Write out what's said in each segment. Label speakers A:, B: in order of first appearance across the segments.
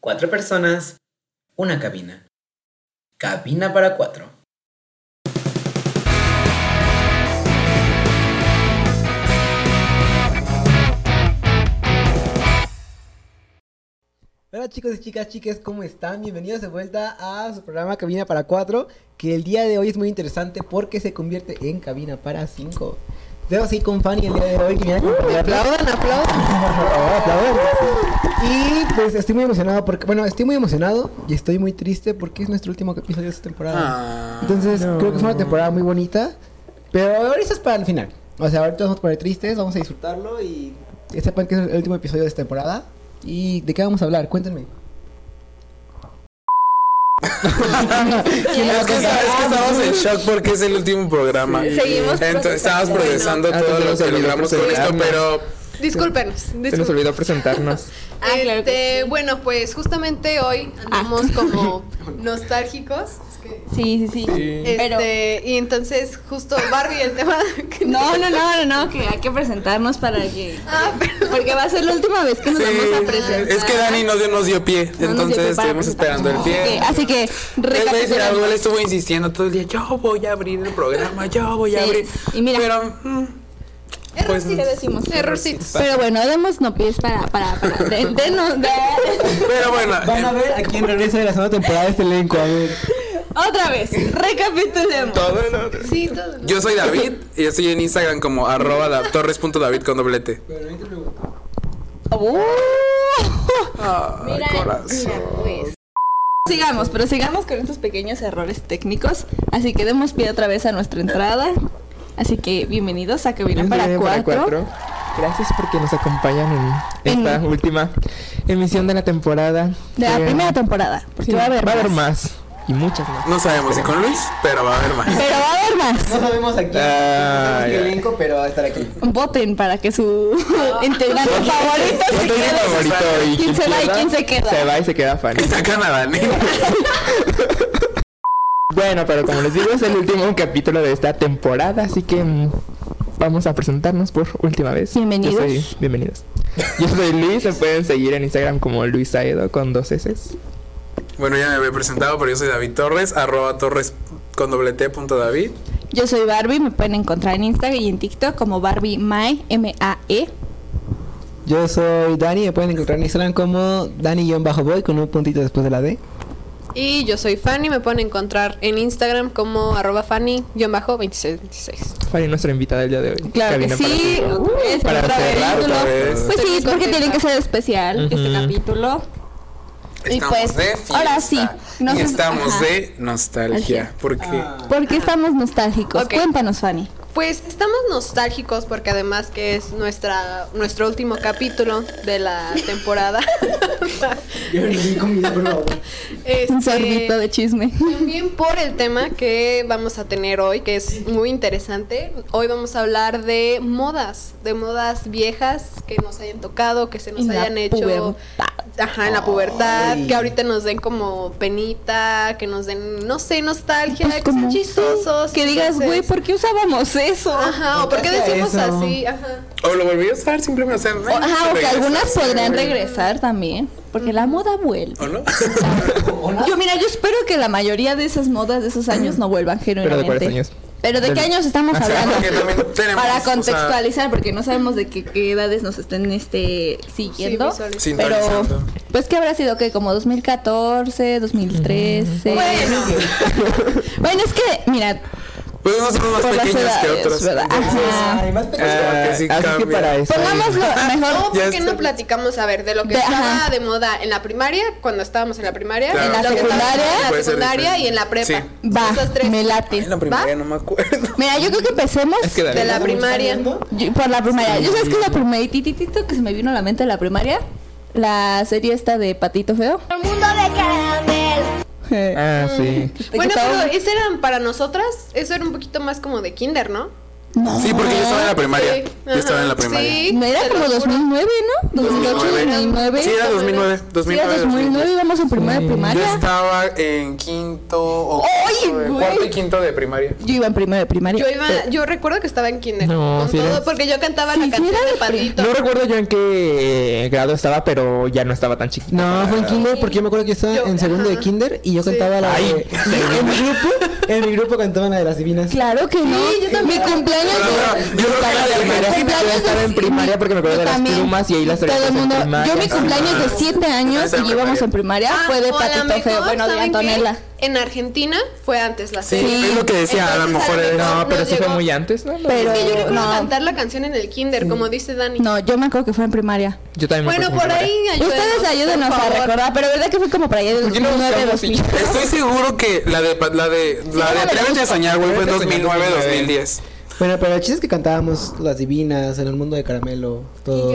A: Cuatro personas, una cabina. Cabina para cuatro.
B: Hola chicos y chicas, chiques, ¿cómo están? Bienvenidos de vuelta a su programa Cabina para 4, que el día de hoy es muy interesante porque se convierte en Cabina para 5. Tenemos ahí con Fanny el día de hoy que me ha acompañado.
C: Aplaudan, aplaudan.
B: Por favor, aplaudan. Y pues estoy muy emocionado porque, bueno, estoy muy emocionado y estoy muy triste porque es nuestro último episodio de esta temporada. Entonces creo que fue una temporada muy bonita, pero ahorita es para el final. O sea, ahorita vamos a poner tristes, vamos a disfrutarlo y que sepan que es el último episodio de esta temporada. ¿Y de qué vamos a hablar? Cuéntenme.
C: va a
D: Es que
C: contar?
D: sabes que estamos en shock porque es el último programa.
C: Sí. Seguimos procesando,
D: Entonces estábamos procesando
E: bueno. Ah,
D: todo lo
E: entonces
D: que
E: olvidó
D: logramos con esto,
E: presentarnos.
D: pero
F: Discúlpenos.
E: Se nos
F: discúlpenos.
E: olvidó presentarnos.
F: Este,
C: claro que
F: Bueno, pues justamente hoy andamos como nostálgicos.
C: Sí, sí, sí.
F: Este,
C: Pero-
F: Y entonces justo Barbie, el tema que
C: No, no, no, no, no, que hay que presentarnos para que.
F: Ah, perdón.
C: Porque va a ser la última vez que nos
D: sí,
C: vamos a presentar.
D: es que Dani no dio- nos dio pie,
C: No nos dio
D: entonces
C: pie para
D: estuvimos esperando el pie.
C: presentarnos. Así que, así que
D: Les voy a decir algo, él
C: recapitulando.
D: estuvo insistiendo todo el día, yo voy a abrir el programa, yo voy a
C: Sí,
D: abrir.
C: y mira.
D: Pero, mm, pues,
C: Errorcitos. ¿Qué decimos?
F: Errorcitos.
C: Pero bueno, demos no pies para, para, para. de- denos- de-
D: pero bueno,
B: Van a ver a quién regresa de la segunda temporada de este elenco, a ver.
C: Otra vez, recapitulemos.
D: todo lo-
F: Sí, todo.
D: Yo soy David y estoy en Instagram como arroba da- torres.david con doblete.
C: Uh.
D: Ay,
C: Mira,
D: corazón.
C: mira, pues. Sigamos, pero sigamos con estos pequeños errores técnicos. Así que demos pie otra vez a nuestra entrada. Así que bienvenidos a Cabina
E: Bienvenidos
C: para
E: a Cabina
C: Cuatro.
E: Gracias porque nos acompañan en esta
C: En-
E: última emisión de la temporada.
C: De la
E: Fue-
C: primera temporada. Porque
E: Sí,
C: va a haber más.
E: más. Y muchas más.
D: No sabemos si con Luis, pero va a haber más.
C: Pero va a haber más.
B: No sabemos a quién, no sabemos
E: Ah,
B: qué
E: ya.
B: elenco, pero va a estar aquí.
C: Voten para que su integrante favorito se
E: Yo tengo
C: quede.
E: un favorito y
C: ¿Quién se va y
E: pierda,
C: quién se queda?
E: Se va y se queda fan.
D: Y sacan a Dani.
E: Bueno, pero como les digo, es el último capítulo de esta temporada, así que mm, vamos a presentarnos por última vez. Yo
C: Bienvenidos.
E: soy- bienvenidos. Yo soy Luis, me pueden seguir en Instagram como Luis Saedo con dos S.
D: Bueno, ya me había presentado, pero yo soy David Torres, arroba torres con doble T punto David.
C: Yo soy Barbie. Me pueden encontrar en Instagram y en TikTok como Barbie Mae, E. M-A-E.
B: Yo soy Dani, me pueden encontrar en Instagram como Dani-Boy con un puntito después de la D.
F: Y yo soy Fanny, me pueden encontrar en Instagram como arroba Fanny-2626.
E: Fanny, nuestra invitada del día de hoy.
C: Claro que
E: Cabina para
C: sí,
E: todos.
C: otra vez,
E: Para
C: otra vez.
E: cerrar
D: otra vez.
C: Pues sí,
F: Estoy muy
C: porque
F: contenta.
C: tiene que ser especial este
E: Ujú.
C: capítulo. Y
D: Estamos
C: pues,
D: de fiesta.
C: ahora sí, nos-
D: Y estamos
C: ajá.
D: de nostalgia. Porque
E: Ah.
C: ¿Por qué estamos nostálgicos?
F: Ok.
C: Cuéntanos, Fanny.
F: Pues estamos nostálgicos porque además que es nuestra nuestro último capítulo de la temporada. Este,
C: Un sorbito de chisme.
F: También por el tema que vamos a tener hoy, que es muy interesante. Hoy vamos a hablar de modas, de modas viejas que nos hayan tocado, que se nos
C: En la
F: hayan hecho
C: pubertad.
F: ajá, en la pubertad,
B: Ay.
F: que ahorita nos den como penita, que nos den, no sé, nostalgia,
C: Pues
F: que sean
C: como,
F: chistosos.
C: sí, Que digas, güey,
F: entonces-
C: ¿por qué usábamos eso?
F: Ajá, o por qué
B: ¿Por qué hace
F: decimos
B: eso?
F: así, ajá.
D: O lo volví a usar simplemente. O sea,
C: O- Ajá, o que algunas podrían
D: regresar.
C: regresar también. Porque la moda vuelve.
D: ¿O no?
C: Yo, mira, yo espero que la mayoría de esas modas de esos años no vuelvan
E: ¿Pero de
C: genuinamente.
E: cuáles años?
C: ¿Pero de qué
E: Del-
C: años estamos
D: O sea,
C: hablando?
D: porque también tenemos,
C: Para
D: o sea,
C: contextualizar, porque no sabemos de qué, qué edades nos estén este, siguiendo.
F: visualizando.
C: pero,
D: Sintonizando.
C: pues, ¿qué habrá sido? que ¿Como 2014, 2013?
F: Bueno,
C: Bueno, es que, mira,
D: Pues unos son más
C: por las
D: pequeños que
C: edades,
D: otros. pues,
C: ¿verdad? Ajá.
B: Además,
D: Como
E: Ah,
D: que sí
E: así que
D: cambia.
E: para eso.
C: Pongámoslo
F: no,
C: mejor
D: Ya
F: ¿por qué
D: está.
F: no platicamos, a ver, de lo que
C: De-
F: estaba
C: ajá.
F: de moda en la primaria, cuando estábamos en la primaria,
D: Claro.
F: lo
C: En la
F: que estaba
C: secundaria.
F: en la
D: Puede ser
F: secundaria y
D: diferente.
F: en la prepa.
D: Sí.
C: Va,
F: Esas Ah, tres.
C: me late.
D: En la
C: ¿Va?
D: primaria no me acuerdo.
C: Mira, yo creo que empecemos
E: Es que David-
F: De la primaria.
C: yo- por la primaria. Yo sabes que la primaria, tititito, que se me vino a la mente de la primaria, la serie esta de Patito Feo.
G: El mundo de caramel.
C: Eh,
E: Ah, sí.
C: ¿te
F: Bueno,
C: gustaba?
F: pero ese eran para nosotras, eso era un poquito más como de kinder, ¿no?
C: No.
D: Sí, porque yo estaba en la primaria.
F: Sí,
D: Yo estaba en la
F: ajá,
D: primaria.
F: sí.
C: No era
F: Te lo
C: como
F: juro.
C: 2009, ¿no? 2008, 2009.
D: Sí, era 2009.
C: Sí, era
D: 2009,
C: 2009, íbamos en primera de
D: Yo
C: primaria.
D: estaba en quinto o
C: ¡Ay,
D: cuarto de-
C: güey!
D: cuarto y quinto de primaria.
C: Yo iba en primera de primaria.
F: Yo iba, yo recuerdo que estaba en kinder.
E: No,
F: con
E: sí
F: todo,
E: eres-
F: porque yo cantaba
C: Sí,
F: la
C: sí
F: canción
C: era de
F: de
C: prim-
F: Pandito.
E: No recuerdo yo en qué eh, grado estaba, pero ya no estaba tan chiquito.
B: No, fue en kinder porque yo me acuerdo que yo estaba
F: Yo-
B: en segundo de
F: ajá.
B: kinder y yo cantaba la
E: Ay,
B: de... En mi grupo, en mi grupo cantaban la de las divinas.
C: Claro que no.
F: yo también.
C: Mi cumpleaños.
D: Pero, pero, yo creo que la de
C: Mi
E: primera
C: cumpleaños
E: yo estaba en
C: de-
E: primaria porque me acuerdo de
C: Yo
E: las
C: también.
E: plumas y ahí las
C: Todo el
E: traías en
C: mundo.
E: primaria.
C: Yo mi cumpleaños de
D: Ah.
C: 7 años
D: Estaba
C: y
D: en
C: íbamos
D: primaria.
C: en primaria
F: Ah,
C: fue de
F: o a lo
C: Patito Feo,
F: mejor,
C: bueno, de
F: ¿saben qué?
C: Antonella.
F: En Argentina fue antes la
D: Sí,
F: serie.
D: es lo que decía, a lo
F: Entonces,
D: mejor era.
E: eh, No, pero
F: nos
E: sí fue
F: llegó-
E: muy antes, ¿no? No,
C: Pero
F: Es que yo recuerdo
C: no,
F: cantar la canción en el kinder, como dice Dani.
C: no, yo me acuerdo que fue en primaria.
E: Yo también me
F: Bueno,
E: acuerdo
F: por
E: que
F: ahí ayúdenos,
C: Ustedes ayúdenos
F: por
C: a
F: favor.
C: recordar, pero verdad que fue como para allá de
E: ¿Por qué no
C: 2009,
E: buscamos
C: 2000.
D: Estoy seguro que la de pa- la de la
C: yo
D: de
C: la
D: Atrévete a
C: busco.
D: soñar, güey, fue en
E: Atrévete a soñar,
D: 2009, 2010.
B: Bueno, pero el chiste es que cantábamos las divinas, en el mundo de caramelo, todo.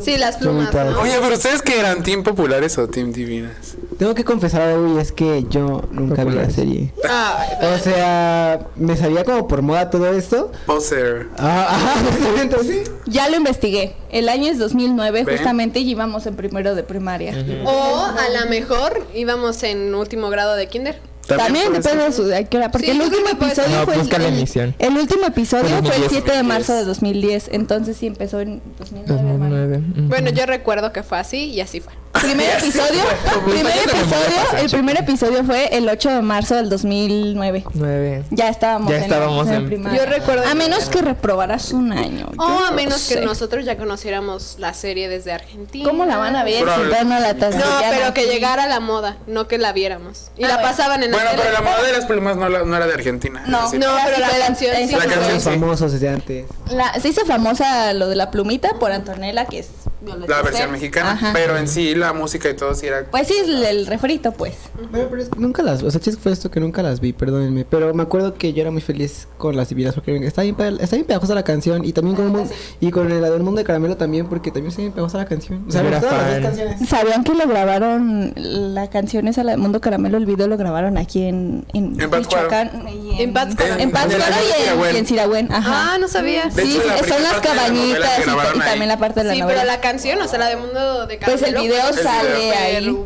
F: Sí, las plumas,
B: Son muy
F: ¿no?
D: Oye, pero ustedes que eran team populares o team divinas.
B: Tengo que confesar algo y es que yo nunca vi la
E: Populares.
B: serie.
F: Ay,
B: O sea, me sabía como por moda todo esto.
D: Poser.
B: Ah, ajá, precisamente así.
C: Ya lo investigué. El año es 2009,
D: Ven.
C: justamente, y íbamos en primero de primaria.
F: o a lo mejor íbamos en último grado de kinder.
C: También
D: puede
C: depende
D: ser.
C: de su de a qué hora, porque
F: Sí,
C: el último
F: puede ser.
C: episodio
E: No,
C: fue
E: busca
C: el,
E: la
C: el-
E: emisión.
C: el último episodio fue el
E: 2010,
C: 7 de
D: 2010.
C: marzo de 2010, entonces sí empezó en 2009. hermano.
E: 2009. ujú.
F: Bueno, yo recuerdo que fue así y así fue.
C: Primer episodio, primer
E: Pues,
C: episodio,
E: pues,
C: el primer episodio fue el 8 de marzo del 2009.
E: Nueve.
C: Ya estábamos
E: Ya
C: en-
E: estábamos
C: en,
E: en-
C: primaria.
F: Yo recuerdo-
C: a menos que reprobaras un año.
F: O
C: yo
F: a
C: no
F: menos que
C: sé.
F: nosotros ya conociéramos la serie desde Argentina.
C: ¿Cómo la van a ver
D: Probable.
C: si ya no la
F: No,
C: transmitían
F: pero que
C: aquí?
F: llegara la moda, no que la viéramos. Y
C: Ah,
F: la
C: bueno.
F: pasaban pues, en la
D: Bueno,
F: tele.
D: pero la moda de las plumas no, la- no era de Argentina.
C: No,
D: es decir,
F: No, pero la
C: fue
F: canción sí.
C: esa
D: La
C: fue-
D: canción
B: Los
D: sí.
B: famosos desde antes.
C: la- se hizo famosa lo de la plumita por Antonella, que es Violeta
D: La versión
C: Ferri.
D: mexicana,
C: Ajá.
D: pero en sí la música y todo sí era
C: Pues sí, el, el refrito, pues.
B: Bueno, pero es que nunca las, o sea, el chiste fue esto que nunca las vi, perdónenme, pero me acuerdo que yo era muy feliz con las divinas porque está bien, pe- está bien pegajosa la canción y también con el mundo, y con el del mundo de caramelo también porque también está bien pegajosa la canción. O sea,
E: Yo era
B: me gustaban las dos
E: fan.
B: canciones.
C: ¿Sabían que lo grabaron, la canción esa, la de Mundo Caramelo, el video lo grabaron aquí en, en,
D: En Pátzcuaro.
C: y
F: En Pátzcuaro.
C: En Pátzcuaro
D: En
C: y en-
D: Sirahuén.
C: y en Sirahuén, ajá.
F: Ah, no sabía.
D: De
C: sí,
D: hecho, la
C: sí,
D: primera
C: son las
D: parte de la novela
C: cabañitas
D: que
C: y,
D: grabaron
C: y
D: ahí.
C: también la parte de la
F: Sí,
C: novela.
F: pero la canción, o sea, la de Mundo de
C: Pues el
F: Caramelo,
C: video
F: fue
C: sale
D: video.
C: ahí.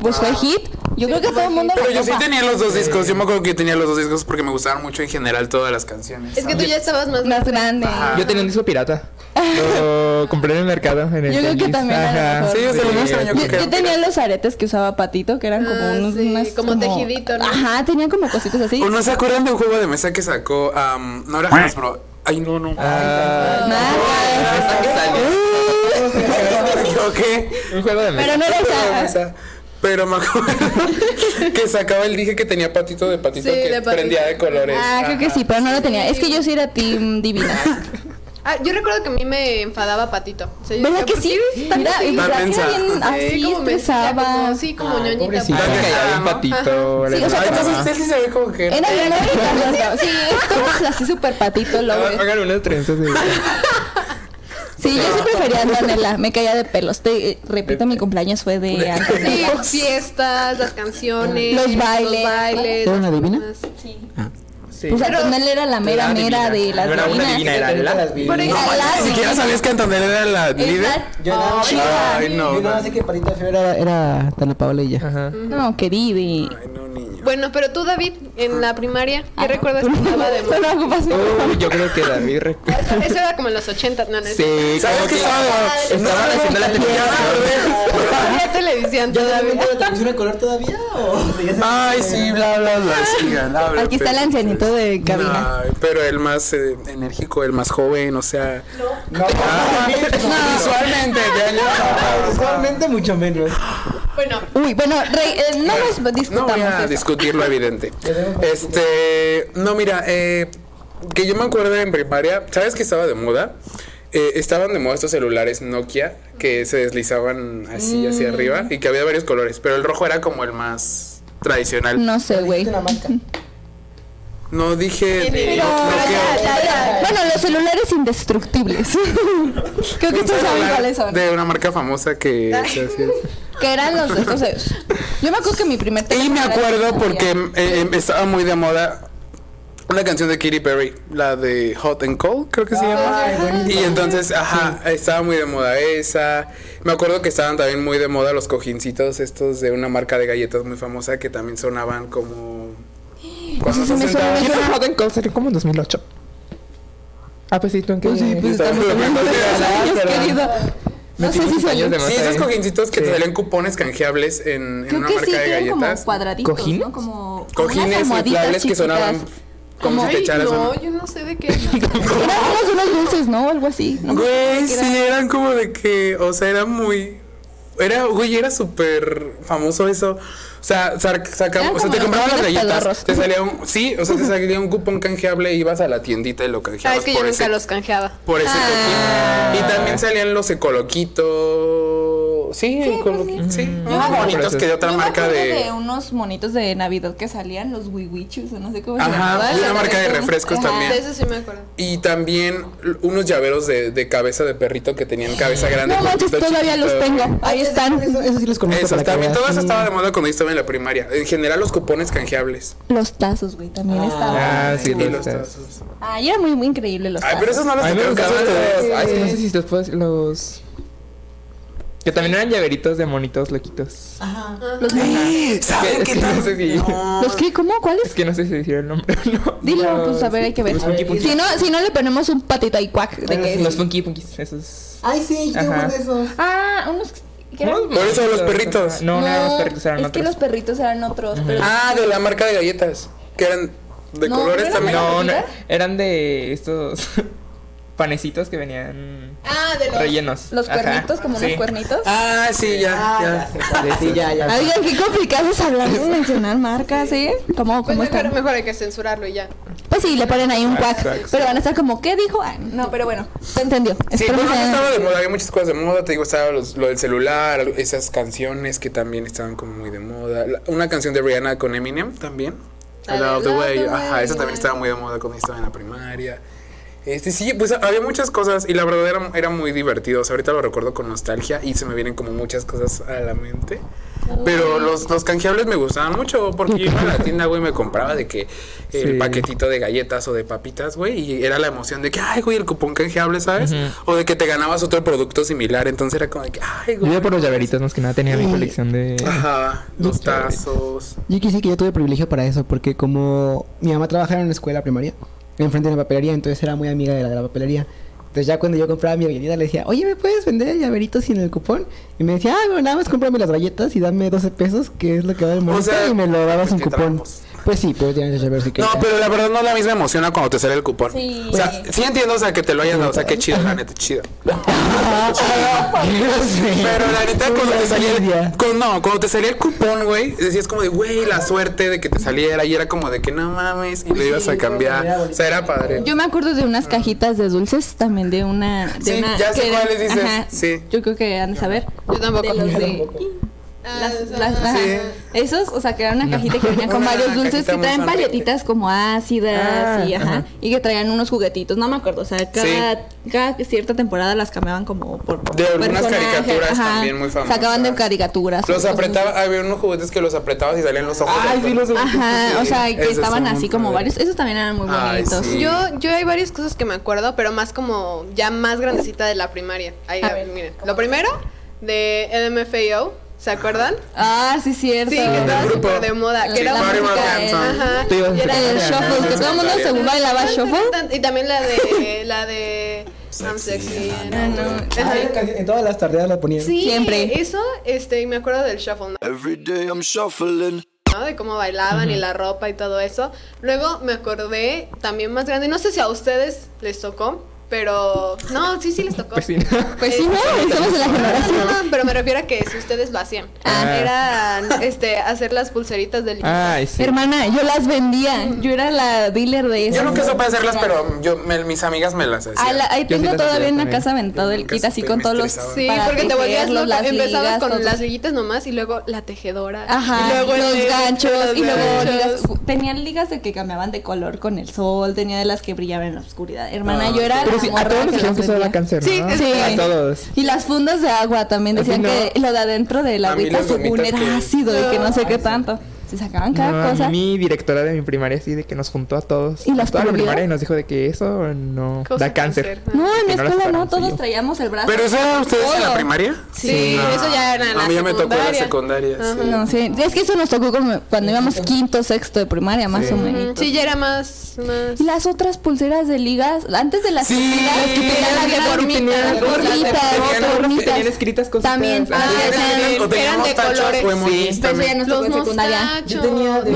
C: Pues
F: Ah.
C: fue hit. Yo creo que todo el mundo lo
D: Pero yo sí
C: ocupa.
D: tenía los dos discos. Yo me acuerdo que yo tenía los dos discos porque me gustaban mucho en general todas las canciones. Ah.
F: Es que tú ya estabas más
C: más grande.
D: Ajá.
E: Yo tenía un disco pirata. Lo compré en el mercado. En el
C: Yo creo que
E: tianguis.
C: también a lo
E: Ajá.
C: mejor.
D: Sí, o sea, lo mismo, yo
C: Yo,
D: creo que
C: yo
D: era
C: tenía
D: pirata.
C: los aretes que usaba Patito, que eran como
F: Ah,
C: unos...
F: sí,
C: unas
F: como tejidito, ¿no?
C: Ajá, tenían como cositas así.
D: ¿O no se acuerdan de un juego de mesa que sacó? am, no era Hasbro. Ay, no, no.
E: Ah,
C: Nada.
D: Hasta que salió. ¿Yo qué?
E: un juego de mesa.
C: Pero no era
D: Juego de
C: esa.
D: mesa. Pero me acuerdo que sacaba el dije que tenía patito de patito
F: Sí,
D: que
F: de patito.
D: prendía de colores.
C: Ah, creo que sí, pero no lo tenía. Es que yo sí era team divina.
F: Ah, yo recuerdo que a mí me enfadaba Patito. O sea, yo
C: ¿Verdad
F: decía,
C: que
F: ¿por
C: sí?
F: qué
C: Mira,
F: así?
C: y
D: Tan
C: era
D: mensa.
C: bien
F: Sí,
C: así,
F: como me decía,
C: estresaba.
F: como- Sí, como
B: Ay,
F: ñoñita.
B: pobrecita.
E: Ah,
F: pues.
E: que
D: Ajá.
E: había un patito.
C: Sí, o sea,
D: Ay,
C: que
E: Ajá.
D: pero
C: entonces-
D: usted sí se ve como que.
C: Era bien bonita. Sí, es así súper patito, lo ves.
E: Hagan unas trenzas. de-
C: Sí, yo sí prefería Antonella. Me caía de pelos. Te eh, repito, mi cumpleaños fue de
F: Sí,
C: Antonella.
F: fiestas, las canciones,
C: Los bailes.
F: bailes,
B: ¿Era una
F: las
B: divina?
F: plumas.
E: Sí.
C: Pues Antonella era la mera
E: Era
C: mera
E: divina.
C: de las
E: No era una
C: divinas.
E: divina, era la-
F: Por
D: No,
F: ejemplo,
D: manches,
C: Claro.
D: ni siquiera sabías que Antonella era la líder.
C: Exacto.
B: Yo nada, más-
D: Ay, no.
B: yo nada más sé que Parita Feo era, era Dana Paola y ya.
E: Ajá.
C: No, que Divi.
D: Ay, no, niño.
F: Bueno, pero tú, David, en la primaria, ¿qué
C: Ah,
F: recuerdas
C: tú
F: que
C: no-
F: estaba de
C: tú
F: moda?
C: no ocupas mi
E: Uy, yo creo que David recuerda.
F: Eso era como en los 80, no, no es-
E: Sí,
D: ¿Sabes
E: como
D: qué
E: que
D: estaba? de-
E: Estaban haciendo la televisión.
F: Había televisión
B: ¿Ya también
F: todavía.
B: tengo la televisión de color todavía o ya se-
D: Ay, sí, bla, bla, bla. sigan, hablen,
C: Aquí está el
D: pero- pues,
C: ancianito de cabina.
D: No, pero el más eh, enérgico, el más joven, o sea.
B: No,
D: Ah,
C: No.
D: Visualmente, te año-
B: usualmente mucho menos.
F: Bueno,
C: Uy, bueno, Rey, eh, no nos
D: No
C: discutamos
D: voy a
C: eso.
D: discutir lo evidente. Este, no, mira, eh, que yo me acuerdo en primaria, ¿sabes qué estaba de moda? Eh, estaban de moda estos celulares Nokia que se deslizaban así hacia arriba y que había varios colores, pero el rojo era como el más tradicional. No,
C: No sé, güey.
B: Una marca.
D: dije de
F: Pero-
D: Nokia.
F: ya, ya, ya.
C: Bueno, los celulares indestructibles. Creo que
D: Un
C: tú sabes
D: celular
C: cuáles son.
D: De una marca famosa que... se hacía-
C: Que eran los de estos. eh, Yo me acuerdo que mi primer
D: Y me
C: teléfono era
D: acuerdo
C: Nokia.
D: porque eh, eh, estaba muy de moda una canción de Katy Perry, la de Hot and Cold, creo que se llama.
B: Ay, buenísimo.
D: Y entonces, ajá, estaba muy de moda esa. Me acuerdo que estaban también muy de moda los cojincitos estos de una marca de galletas muy famosa que también sonaban como... Cuando
C: sí
D: se
C: me suena,
D: sentaban.
C: me
E: Yo no en Call salió como en 2008. Ah, pues sí, tú en qué.
B: Pues sí, pues
D: Estaba-
B: estamos hablando
D: Sí,
B: de-
C: Los años, querido. No sé si salió.
E: años de
D: Sí, esos
E: más ahí.
D: cojincitos que te
E: Sí.
D: salían cupones canjeables en, en
C: Creo
D: una
C: que
D: marca
C: sí,
D: de
C: que eran como
D: galletas.
C: cuadraditos,
E: ¿Cojines?
C: ¿no? Como, como unas
D: Cojines
C: almohaditas
D: inflables que
C: chiquitas.
D: sonaban como si
F: Ay,
D: te echaras
F: no,
D: una-
F: yo no sé de qué.
C: Eran unas de unas dulces, ¿no? Algo así. ¿no?
D: Güey,
C: Era-
D: sí, eran como de que, o sea, era muy... Era, güey, era súper famoso eso. O sea, sar- saca-
C: Eran
D: o sea,
C: como
D: te
C: los
D: compraban las
C: cupones pedorros.
D: galletas, te salía un, sí, o sea, te salía un cupón canjeable, ibas a la tiendita y lo canjeabas
F: Sabes Ah, que yo
D: por
F: nunca
D: ese,
F: los canjeaba.
D: por ese
C: Ah.
D: cojín. Y también salían los ecoloquitos, sí, ecolo- sí, unos
E: me acuerdo
D: bonitos
E: de
D: que de otra
C: pues Yo me
D: marca
C: acuerdo
D: de,
C: unos monitos de Navidad que salían, los wiwichus, o no sé cómo se
D: Ajá,
C: llamaban.
D: y una marca de
C: Ajá.
D: refrescos también.
F: De eso sí me acuerdo.
D: y también unos llaveros de, de cabeza de perrito que tenían cabeza grande.
C: No manches,
D: cuerpito
C: todavía los
D: chiquito.
C: tengo. Ahí
B: Eso,
C: están
B: eso sí les conozco.
D: Eso,
B: para que
D: también
B: veas.
D: todo eso
B: Sí.
D: estaba de moda cuando yo estaba en la primaria. En general, los cupones canjeables.
C: los tazos, güey. También estaban.
E: Ah, sí,
D: Y
E: los
D: los
E: tazos.
D: tazos.
C: Ay, Ah, era muy, muy increíble los
D: Ay,
C: tazos.
D: pero esos no los
E: A mí me
D: tocaron casi
E: gustaban
D: ustedes. Ay,
E: los. Ay, es que no sé
D: sí.
E: si los puedes. Los. Que también eran llaveritos de monitos loquitos.
C: Ah, Los,
E: Es
D: ¿Saben qué
E: que- es que no sé si.
D: tal?
C: ¿Los qué? ¿Cómo?
E: Es
C: ¿Cuáles?
E: que no sé si decir el nombre o no.
C: Dilo,
E: Los-
C: pues a ver, hay que ver.
E: Los Funky Punkies.
C: Si no, si no le ponemos un patito ahí, cuac. De que
E: Los Funky Punkies, esos.
B: Ay, sí, yo tengo
E: Ajá.
B: uno de esos.
C: Ah, unos que eran...
D: Por eso los perritos.
E: No, no eran los perritos, eran
C: es que los
E: otros.
C: perritos eran otros. pero-
D: Ah, de la marca de galletas. Que eran de
C: No,
D: colores
C: ¿no
D: también.
C: eran
E: No, no,
C: ¿Comida?
E: eran de estos panecitos que venían
C: Ah, de los...
E: rellenos.
C: Los
E: Ajá,
C: cuernitos, como
E: sí.
C: los cuernitos.
D: Ah, sí, ya. ya.
B: Sí, ya, ya.
C: Oigan, qué complicado es hablar sin mencionar marcas, ¿eh? ¿Cómo,
F: Pues
C: cómo
F: mejor,
C: están?
F: mejor hay que censurarlo y ya.
C: Pues sí, le ponen ahí un cuac.
E: Exacto.
C: Pero van a estar como, ¿qué dijo? Ah, no, pero bueno, se entendió.
D: Sí,
C: Espero
D: pues no
C: que-
D: estaba de moda, había muchas cosas de moda, te digo, estaba los- lo del celular, esas canciones que también estaban como muy de moda. La- una canción de Rihanna con Eminem también. I
F: Ah, La de
D: love the
F: Love
D: way.
F: the
D: you- Ajá, esa
F: Way You
D: también
F: Are.
D: estaba muy de moda cuando yo estaba en la primaria. Este, sí, pues había muchas cosas y la verdad era, era muy divertido. O sea, ahorita lo recuerdo con nostalgia y se me vienen como muchas cosas a la mente. Pero los, los canjeables me gustaban mucho porque yo iba a la tienda, güey, me compraba de que el
E: Sí.
D: paquetito de galletas o de papitas, güey, y era la emoción de que, ay, güey, el cupón canjeable, ¿sabes? O de que te ganabas otro producto similar. Entonces era como de que, ay,
E: Yo
D: güey.
E: iba por los llaveritos, más que nada tenía mi colección de.
D: Ajá, los tazos.
B: Yo quise que yo tuve privilegio para eso, porque como mi mamá trabajaba en una escuela primaria, enfrente de una papelería, entonces era muy amiga de la de la papelería. Entonces ya cuando yo compraba mi galletita le decía, oye, ¿me puedes vender el llaverito sin el cupón? Y me decía, ah, bueno, nada más cómprame las galletas y dame 12 pesos, que es lo que vale el monito,
D: sea,
B: y me lo dabas
D: pues,
B: sin
D: qué
B: cupón.
D: trampos.
B: Pues sí, pero tienes el llavero si
D: No,
B: querías.
D: pero la verdad no es la misma emoción a cuando te sale el cupón.
C: Sí.
D: O sea, sí entiendo, o sea, que te lo hayan dado. O sea, qué chido, la neta, chido. Pero la neta, cuando te salía el, cu- no, cuando te salía el cupón, güey, decías como de, güey, la suerte de que te saliera. Y era como de que no mames, y lo ibas a cambiar. O sea, era padre.
C: Yo me acuerdo de unas cajitas de dulces también de una. De
D: Sí,
C: una
D: ya sé
C: que-
D: cuáles dices,
C: ajá,
D: sí.
C: Yo creo que han de saber.
F: Yo tampoco.
C: De los de.
F: Ah,
C: Las,
F: esa-
C: las- ajá.
D: Sí.
C: Esos, o sea, que era una cajita que venía con
D: Una
C: varios dulces
D: cajita
C: que
D: muy
C: traen
D: sonriente.
C: paletitas como ácidas
E: Ah,
C: y ajá,
E: ajá.
C: Y que traían unos juguetitos, no me acuerdo. O sea, cada, cada cierta temporada las cambiaban como por.
D: De algunas
C: personaje,
D: caricaturas también muy famosas.
C: Sacaban de caricaturas.
D: Los
C: cosas así.
D: apretaba, había unos juguetes que los apretabas y salían los ojos.
E: Ay,
D: del-
E: sí, los
C: Ajá, o sea, que
D: Esos
C: estaban
D: son
C: así como
D: padres.
C: varios. Esos también eran muy
D: Ay,
C: bonitos.
D: sí.
F: Yo, yo hay varias cosas que me acuerdo, pero más como ya más grandecita de la primaria. Ahí,
C: A
F: a ver,
C: ver,
F: miren. Lo primero, de LMFAO, ¿se acuerdan?
C: Ah, sí, cierto.
F: Sí, que estaba
D: grupo.
F: súper de moda. Que
C: Sí,
F: era
C: Party
F: música.
C: Rock
D: Anthem.
F: Ajá.
E: Tú ibas en
F: Y era
C: El
F: el
C: shuffle, que todo el mundo se bailaba shuffle.
F: Y también la de la de I'm sexy. and I'm good. Ajá.
C: Ah,
B: En todas las tardeadas la ponían.
F: Sí,
C: Siempre.
F: Eso, este, y me acuerdo del shuffle,
H: Every day I'm shuffling.
F: ¿no? De cómo bailaban y la ropa y todo eso. Luego me acordé también más grande. No sé si a ustedes les tocó, pero no, sí, sí les tocó. Este,
E: Pues sí, ¿no?
C: Pues sí, ¿no? Estamos en la generación.
F: No, no, no, pero me refiero a que si ustedes lo hacían,
E: Ah.
F: eran este, hacer las pulseritas del
C: Ah.
E: Ay, sí.
C: Hermana, yo las vendía. Yo era la dealer de esas.
D: Yo nunca supe hacerlas, pero yo, me- mis amigas me las hacían.
C: Ah, la- ahí
E: Yo sí
C: tengo
E: las
C: todavía
E: hacía
C: en la
E: también.
C: casa aventado
D: Yo
C: el
D: nunca
C: kit así
D: supe,
C: con
D: me
C: todos los.
D: estresaba.
F: Sí,
C: para
F: porque te volvías
C: tejerlos,
F: loca.
C: las
F: Empezabas
C: ligas,
F: con
C: todo.
F: las liguitas nomás y luego la tejedora.
C: Ajá,
F: y luego el
C: los
F: de-
C: ganchos
F: los
C: y luego
F: ganchos.
C: ligas. Tenían ligas de que cambiaban de color con el sol, tenía de las que brillaban en la oscuridad. Hermana, yo era
E: Pero
C: la
E: sí, a
C: morra
E: todos nos
C: que
E: dijeron
C: las
E: que eso
C: vendía.
E: era cáncer.
F: Sí,
E: ¿no?
F: es-
C: Sí.
E: A todos.
C: Y las fundas de agua también
E: A ti
C: decían
E: no.
C: que lo de adentro de la
D: A mí
C: agüita
D: las
C: según
D: gomitas
C: era
D: que-
C: ácido y que no sé qué tanto. Se sacaban cada
E: No,
C: cosa.
E: Mi directora de mi primaria sí de que nos juntó a todos.
C: ¿Y
E: a
C: las
E: toda la
C: prohibió?
E: primaria y nos dijo de que eso no
F: Causa
E: da cáncer.
F: cáncer.
C: No, en mi
E: Que no las
C: escuela no,
E: paramos,
C: todos
E: sí.
C: traíamos el brazo.
D: ¿Pero eso eran ustedes en la
C: Todo.
D: primaria?
F: Sí,
D: No,
F: eso ya era la
D: A mí ya me tocó la
F: secundaria.
D: secundaria. sí.
C: No, sí. Es que eso nos tocó como cuando íbamos quinto, sexto de primaria, más o menos.
F: Mm, Sí, ya era más. más...
C: Y las otras pulseras de ligas, antes de las
D: Sí,
C: pulseras
D: las que
C: tenían
F: tenían
C: las
F: gormitas,
C: gormitas,
F: las
C: gormitas,
E: tenían-
C: gormitas.
E: tenían escritas cositas.
C: También,
E: Ah,
C: ah,
D: ¿Ustedes
C: eran-
D: tenían- o
F: eran
D: teníamos
F: de
D: tachas
F: colores.
D: o emojis
C: Pero eso
D: también?
C: ya nos tocó
F: Los
C: en secundaria.
F: mostachos.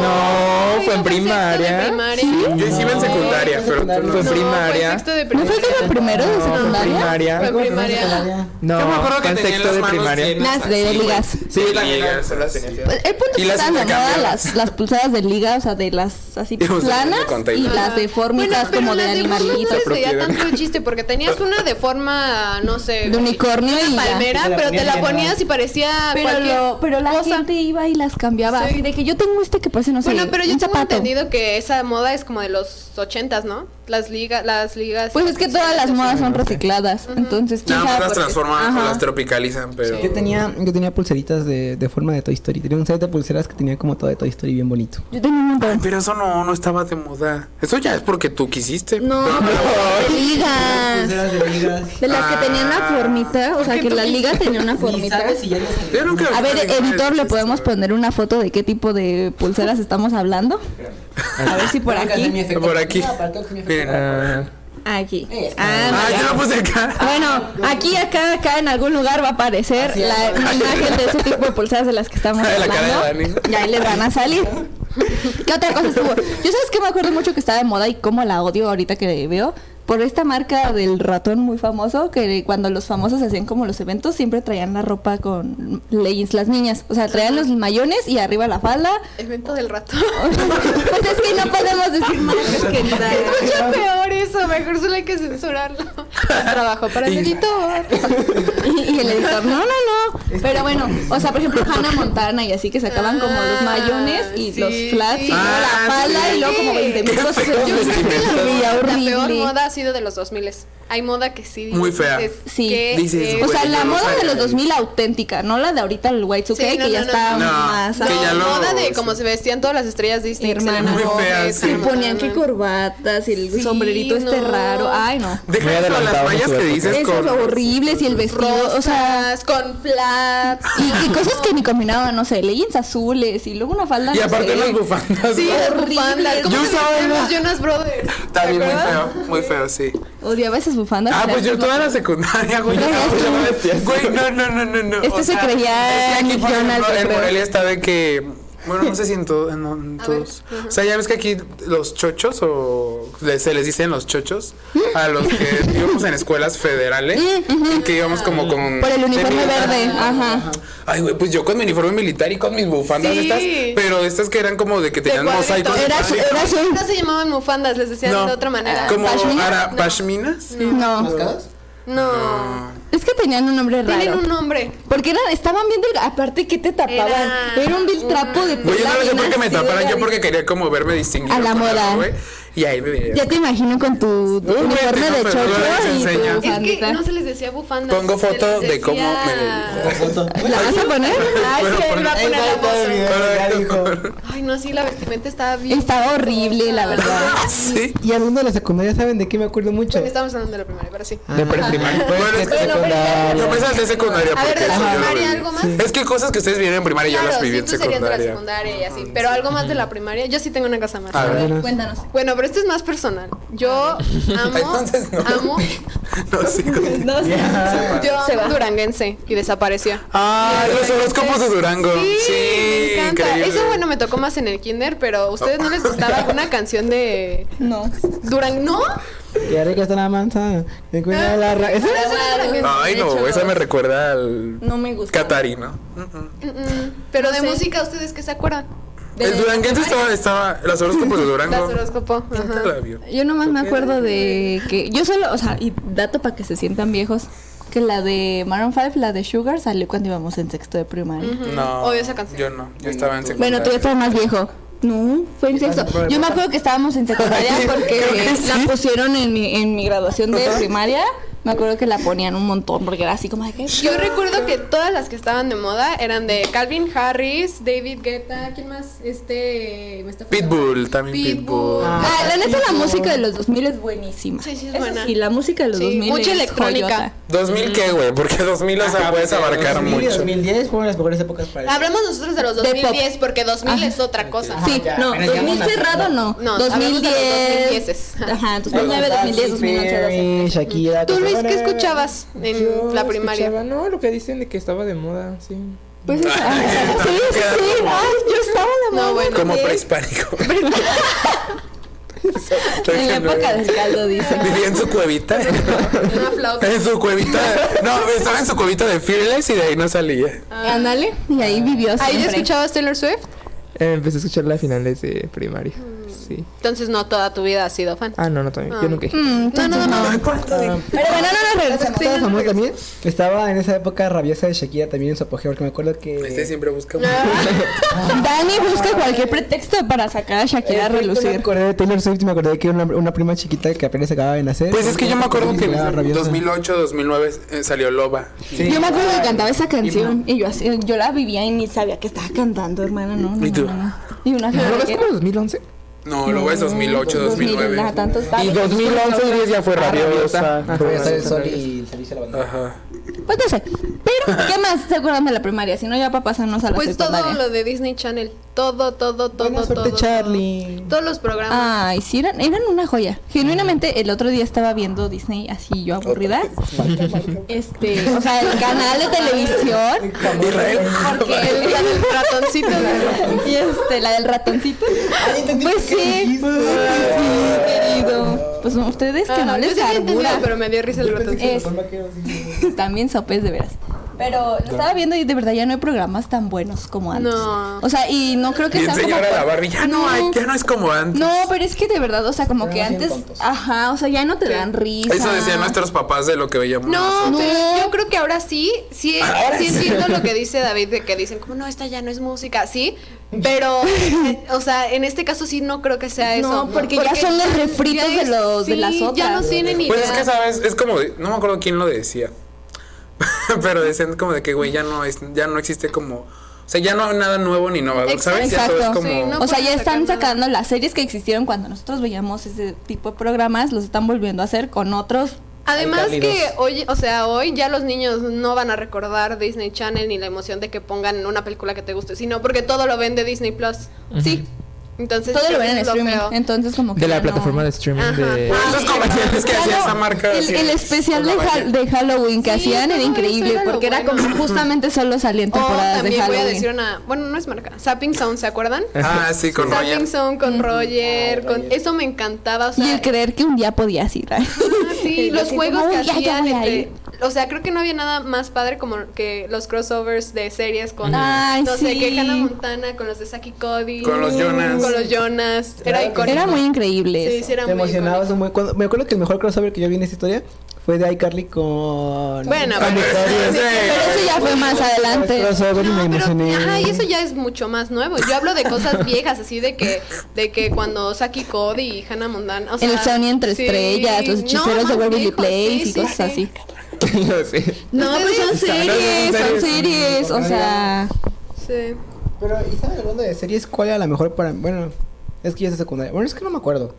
E: No, fue en
F: sexto de
E: primaria.
F: primaria.
D: Yo sí iba en secundaria, pero tú no.
E: Fue en
F: No,
E: primaria.
F: Fue sexto de
C: ¿No
F: primaria.
C: fue como primero de
E: No, fue en
C: secundaria?
E: primaria.
F: Fue en
B: Primaria.
F: primaria.
E: No,
D: Yo me acuerdo que
E: fue en
D: tenía
E: sexto
D: las
E: de
D: manos
E: primaria.
D: llenas
C: Las de
D: así, güey.
C: ligas.
E: Sí,
D: De
E: la
D: ligas,
E: las
D: así.
E: tenía.
C: Pues, El punto es
D: Y
C: que
D: las
C: estaban de moda
D: intercambiaban.
C: las, las pulseras de liga, o sea, de las así
D: Y usaban de
C: planas y
D: container.
C: las de formitas como de
F: No
C: animalitos.
F: les veía
E: Propiedad.
F: tanto chiste porque tenías una de forma, no sé,
C: De unicornio
F: una
C: y ya.
F: palmera,
B: Y te la
F: pero te
B: ponías
F: la
B: bien
F: ponías
B: rara.
F: y parecía
C: Pero,
F: cualquier
C: lo- pero la
F: cosa.
C: gente iba y las cambiaba.
F: Sí.
C: Así de que yo tengo este que parece, no sé,
F: Bueno, pero yo
C: un
F: tengo
C: zapato.
F: entendido que esa moda es como de los ochentas, ¿no? Las ligas, las ligas.
C: Pues es que todas las modas son recicladas. Entonces,
D: Nada
C: quién
D: más
C: sabe
D: las
C: por qué.
D: transforman o
C: Ajá.
D: las tropicalizan, pero.
B: Yo tenía, yo tenía pulseritas de, de forma de Toy Story. Tenía un set de pulseras que tenía como todo de Toy Story bien bonito.
C: Yo tengo un montón.
D: Pero eso no, no estaba de moda. Eso ya es porque tú quisiste.
C: No, pues, de ligas.
B: de ligas.
C: De las que tenían la formita, o sea, que la liga tenía una formita.
B: ya las
D: Yo nunca
C: A ver, editor, ¿le podemos poner una foto de qué tipo de pulseras estamos hablando? A ver si por aquí.
D: Por aquí. Miren.
E: Ah,
C: Aquí.
D: Ah,
C: Ah,
D: yo lo puse acá.
C: Bueno, aquí, acá, acá, en algún lugar va a aparecer la
D: es.
C: imagen de ese tipo de pulseras de las que estamos
D: Ay, la
C: hablando.
D: cara de Dani.
C: Y ahí les van a salir. ¿Qué otra cosa estuvo? Yo sabes que me acuerdo mucho que estaba de moda y cómo la odio ahorita que veo. Por esta marca del ratón muy famoso, que cuando los famosos hacían como los eventos, siempre traían la ropa con leggings las niñas. O sea, traían los mayones y arriba la falda.
F: Evento del rato.
C: Pues es que no podemos decir marcas, querida.
F: Es mucho peor eso, mejor solo hay que censurarlo. Es trabajo para el editor. Este,
C: Y, y el editor, no, no, no. Pero bueno, o sea, por ejemplo, Hannah Montana y así que sacaban como los mayones y
F: Ah, sí,
C: los flats y
F: sí.
C: luego la
D: Ah,
C: falda
D: sí.
C: y luego como 20 mil
D: Qué feo
C: cosas. Yo creo que
D: vestimenta.
C: la
F: La
C: horrible.
F: peor moda ha sido de los 2000. Hay moda que sí.
D: Muy fea.
F: dices,
C: Sí.
F: ¿qué
D: Dices,
F: es?
C: O sea, la
D: Bueno,
C: moda de
D: no
C: los
D: sé.
C: 2000 auténtica, no la de ahorita el Y2K
F: Sí, no,
C: que ya
F: no, no.
C: está
D: No,
C: más.
D: que ya
F: no,
D: lo-
F: moda de cómo se vestían todas las estrellas Disney.
C: Hermana.
F: Selena
D: Muy
F: Gomez,
D: fea, sí.
C: Se
F: Hannah
C: ponían que
F: Montana.
C: corbatas y el
F: Sí,
C: sombrerito este
F: no.
C: raro. Ay, no.
E: Muy
D: Deja eso, las
E: adelantado
D: mallas
E: en su
D: que
E: época.
D: dices
C: Esos
D: con.
C: horribles y el vestido, o sea,
F: Rosas, con flats.
C: y, y cosas que ni combinaban, no sé, leggings azules y luego una falda
D: Y
C: no
D: aparte
C: sé.
D: las bufandas.
F: Sí,
D: ¿no?
F: las
C: horrible.
F: bufandas. ¿Cómo
D: Yo
F: se
D: usaba
F: vestían
D: una-
F: los Jonas Brothers?
D: También muy feo,
F: acuerdas?
D: muy feo, sí.
C: Odiaba esas bufandas.
D: Ah,
C: y
D: pues
C: las
D: yo toda la secundaria, güey.
C: Ya, ya,
D: yo me
C: ya.
D: vestía así. Güey, no, no, no, no, no.
C: Este
D: o
C: se
D: sea,
C: creía
D: es que aquí,
C: Nick
D: por
C: Jonas,
D: ejemplo,
C: yo
D: en
C: creo.
D: Morelia está de que. Bueno, no sé si en, todo- en- en todos. O sea, ya ves que aquí los chochos, o le- se les dicen los chochos, a los que íbamos en escuelas federales, y que íbamos como con.
C: Mm, Por el uniforme
D: de-
C: verde, ajá.
D: Ay, güey, pues yo con mi uniforme militar y con mis bufandas
F: Sí.
D: estas, pero estas que eran como de que tenían
F: cuadritos.
D: mosaicos. de
C: Era azul,
D: plástico.
C: era azul.
F: No se llamaban bufandas, les decían de otra manera.
D: Como
C: ¿Pashmina?
D: ara- pashminas.
C: No,
F: No.
C: es que tenían un nombre
F: Tienen
C: raro.
F: un nombre.
C: Porque eran, estaban bien delgados. Aparte, ¿qué te tapaban?
F: Era-
C: Era, un vil trapo de
D: Güey, yo no
C: tela
D: lo sé
C: bien
D: por qué me
C: así
D: taparan, yo
C: delgadito.
D: porque quería como verme distinguido.
C: A la
D: con
C: moda.
D: algo, güey, Y ahí me veía.
C: Ya te imagino con tu
D: güey,
C: uniforme
D: no,
C: de
D: pero
C: chocho
D: luego les
C: y
D: enseño. Es
C: tu
D: que
F: Es que
C: bufandita.
F: no se les decía bufandas.
D: Pongo
F: se
D: foto
F: les
D: de cómo
F: decía-
D: me.
C: ¿La vas a poner?
F: Ay, sí, él va a poner la foto. Ay, no, sí, la vestimenta estaba bien.
C: Está horrible, la verdad.
D: Ah, Sí.
B: Y hablando de la secundaria, ¿saben de qué me acuerdo mucho?
F: Estamos hablando de la primaria, pero sí.
D: Ah,
E: De preprimaria.
D: Bueno, es que yo me salté pues secundaria
F: A
D: porque
F: ver, de
D: eso yo lo
F: primaria,
D: viví.
F: ¿algo más?
D: Es que cosas que ustedes vieron en primaria yo las
F: Claro,
D: viví
F: sí,
D: en
F: tú serías de la
D: secundaria.
F: secundaria y así. Pero algo más de la primaria. Yo sí tengo una cosa más.
D: A ver.
C: Cuéntanos.
F: Bueno, pero esto es más personal. Yo amo,
D: Entonces no.
F: amo,
D: No, sí. con-
C: No,
F: yo duranguense y desapareció.
D: Ah, los horóscopos de Durango.
F: Sí, me encanta.
D: increíble.
F: Eso bueno me tocó más en el kinder, pero ¿a ustedes no les gustaba alguna canción de
C: no.
F: Durango? ¿No?
B: Que rica está la manzana. Me cuida la ra- ¿Esa?
F: Pero eso era duranguense.
D: Ay, no, esa me recuerda al
C: No me gusta.
D: Catarino.
F: Pero de
C: sé.
F: música, ¿ustedes qué se acuerdan?
D: El duranguense estaba, estaba, los horóscopos de
F: Las
D: Durango.
F: horóscopo.
D: Nunca
F: ajá.
D: la vio.
C: Yo nomás me acuerdo de que. Yo solo, o sea, y dato para que se sientan viejos. Que la de Maroon 5, la de Sugar, salió cuando íbamos en sexto de primaria.
D: No.
F: Odio esa canción.
D: Yo no, yo estaba en secundaria.
C: Bueno, tú ya estás más viejo. No, fue en sexto. Yo me acuerdo que estábamos en secundaria porque
D: Creo que sí.
C: la pusieron en mi, en mi graduación de primaria. Me acuerdo que la ponían un montón porque era así como de que.
F: Yo recuerdo que todas las que estaban de moda eran de Calvin Harris, David Guetta, ¿quién más? Este. me está faltando.
D: Pitbull, también Pitbull.
C: Ah, la neta, la música de los 2000 es buenísima.
F: Sí, sí, es
C: Eso
F: buena.
C: sí, la música de los
F: Sí,
C: 2000
F: mucha
C: es
F: electrónica.
C: joyota.
D: 2000 qué, güey, porque 2000 o sea, puedes abarcar
A: 2000 y
D: mucho.
A: 2010 fueron las mejores épocas para el
F: Hablamos nosotros de los
C: De pop.
F: 2010 porque 2000
C: Ajá.
F: es otra cosa.
C: Sí,
A: ya,
C: no,
A: apenas
C: 2000
A: llegamos a-
C: cerrado no.
F: No, hablamos de los
C: 2010.
F: 2010s.
C: Ajá, 2009, 2010, 2011, 2012.
B: Shakira.
F: ¿Tú, Luis,
B: Casasola.
F: qué escuchabas en la primaria?
E: escuchaba- no, lo que dicen de que estaba de moda, sí.
C: Pues
D: Ah,
C: eso. Sí, sí, sí. Ay, yo estaba en la
F: No,
C: moda.
F: bueno.
D: Como
F: ¿sí?
D: prehispánico.
C: En la época del caldo, dicen.
D: Vivía en su cuevita.
F: Una flauta.
D: En su cuevita. No, estaba en su cuevita de Fearless y de ahí no salía.
C: Ándale. Y ahí vivió
F: ¿Ahí ya
C: siempre.
F: escuchabas Taylor Swift?
E: Eh, empecé a escucharla a finales de primaria.
F: Mm.
E: Sí.
F: Entonces no toda tu vida has sido fan.
E: Ah, no, no, también. Yo nunca.
C: Mm,
F: No, no, no, no.
C: Pero bueno, no nos regresamos.
B: Estaba famosa también. Estaba en esa época rabiosa de Shakira también en su apogeo. Porque me acuerdo que.
D: Este siempre busca.
C: Dani busca cualquier pretexto para sacar a Shakira a
B: Eh, Me
C: relucir.
B: acordé de Taylor Swift y me acordé que era una, una prima chiquita que apenas acababa de nacer.
D: Pues es que yo me acuerdo que en
B: Era rabiosa.
D: 2008, 2009 eh, salió Loba.
B: Sí.
C: Yo me acuerdo que cantaba esa canción y yo así, yo la vivía y ni sabía que estaba cantando, hermano, no. no,
D: ¿Y tú?
C: no, no. Y una
E: ¿No
C: flor
E: ves
C: que-
E: como 2011?
D: No, Loba es 2008, 2009.
C: Ajá, tantos
E: Y 2011 y 10 ya fue rabiosa.
B: Ah,
E: Fue
B: voy a estar el
E: rabiosa.
B: sol y se dice la banda.
D: Ajá.
C: Pues no sé. Pero, ¿qué más se acuerdan de la primaria? Si no, ya para pasarnos a la
F: Pues todo
C: secundaria.
F: lo de Disney Channel. Todo, todo, todo,
B: Buena
F: todo.
B: suerte,
F: todo.
B: Charlie.
F: Todos los programas.
C: Ay, sí, eran, eran una joya. Genuinamente, el otro día estaba viendo Disney así yo aburrida. Este, o sea, el canal de televisión.
D: Israel.
C: Porque
F: La del ratoncito.
C: y este, la del ratoncito. Pues sí, pues sí, querido. Pues ustedes que no
F: Ajá, yo
C: les
F: Ah, sí lo he entendido,
C: carbura.
F: pero me dio risa el ratoncito.
C: Es- pues También sopes, de veras. Pero lo estaba viendo y de verdad ya no hay programas tan buenos como antes.
F: No.
C: O sea, y no creo que
D: Bien
C: sean como
D: señora
C: por-
D: la barra. Ya no hay, ya no es como antes.
C: No, pero es que de verdad, o sea, como que
B: Programas bien
C: antes,
B: tontos.
C: ajá, o sea, ya no te dan risa.
D: Eso decían nuestros papás de lo que veíamos.
F: No,
D: nosotros.
F: pero yo creo que ahora sí, sí,
D: Ahora
F: sí
D: sí.
F: entiendo lo que dice David, de que dicen como, no, esta ya no es música, sí, pero, eh, o sea, en este caso sí no creo que sea eso.
C: No, porque ya son los refritos de los- de
F: sí,
C: las
F: Ya
C: otras.
F: no tienen ni
D: Pues es
F: idea.
D: que sabes, es como de- no me acuerdo quién lo decía. pero decían como de que güey, ya no es ya no existe como o sea, ya no hay nada nuevo ni innovador, ¿sabes? Ya todo es
C: Exacto.
D: como
F: Sí, no.
C: o sea, ya
F: pueden
C: están
F: sacar nada.
C: sacando las series que existieron cuando nosotros veíamos ese tipo de programas, los están volviendo a hacer con otros.
F: Además
A: Hay
F: que
A: cálidos.
F: hoy, o sea, hoy ya los niños no van a recordar Disney Channel ni la emoción de que pongan una película que te guste, sino porque todo lo ven de Disney Plus.
C: Sí,
F: Entonces,
C: todo lo ven en
F: eso es
C: streaming.
F: feo.
C: Entonces, como que.
E: De
C: ya
E: la
C: Ah, no-
E: plataforma de streaming de.
D: Por pues esos comerciales que
C: Ya
D: hacía
C: no,
D: esa marca
C: El,
D: así,
C: el especial de,
D: con la
C: Ha-
D: vaca.
C: de Halloween que
F: Sí,
C: hacían era
F: todo eso
C: increíble
F: era lo
C: porque era
F: bueno.
C: como justamente solo salían
F: O
C: temporadas de
F: también voy a
C: Halloween.
F: decir una, bueno, no es marca, Sapping Sound, ¿se acuerdan?
D: Ah, sí, con Roger.
F: Sapping Sound con Roger, con eso me encantaba, o sea,
C: Mm. Ah, y el creer que un día podías ir. ¿eh?
F: Ah, sí,
C: El
F: los
C: decir,
F: juegos
C: "No,
F: que
C: ya, ya
F: hacían
C: voy a
F: entre-
C: ir".
F: o sea, creo que no había nada más padre como que los crossovers de series con
C: Ay,
F: no sé,
C: sí.
F: que Hannah Montana con los de Saki Cody,
D: Con los Jonas.
F: con los Jonas, era icónico.
C: Era muy increíble.
F: Sí,
C: eso.
F: sí, era
B: Te
F: muy
B: emocionabas
F: icónico.
B: un buen- cuando- Me acuerdo que el mejor crossover que yo vi en esta historia fue de iCarly con.
F: Bueno,
B: con
F: pero-
B: Victoria.
D: Sí.
C: Pero eso ya fue más adelante.
B: Crossover y me
F: No,
B: emocioné.
F: pero, ajá, y eso ya es mucho más nuevo. Yo hablo de cosas viejas, así de que, de que cuando Saki Cody y Hannah Montana, o sea,
C: el Sony entre
F: sí,
C: estrellas, los
F: no,
C: hechiceros de
F: más
C: Waverly
F: viejos,
C: Place
F: sí,
C: y
F: sí,
C: cosas
F: sí.
C: así.
E: Yo sé.
C: No, pues son series, son series, o sea,
F: Sí.
B: Pero, ¿y están hablando de series? ¿Cuál era la mejor para.? Bueno, es que ya es de secundaria. Bueno, es que no me acuerdo.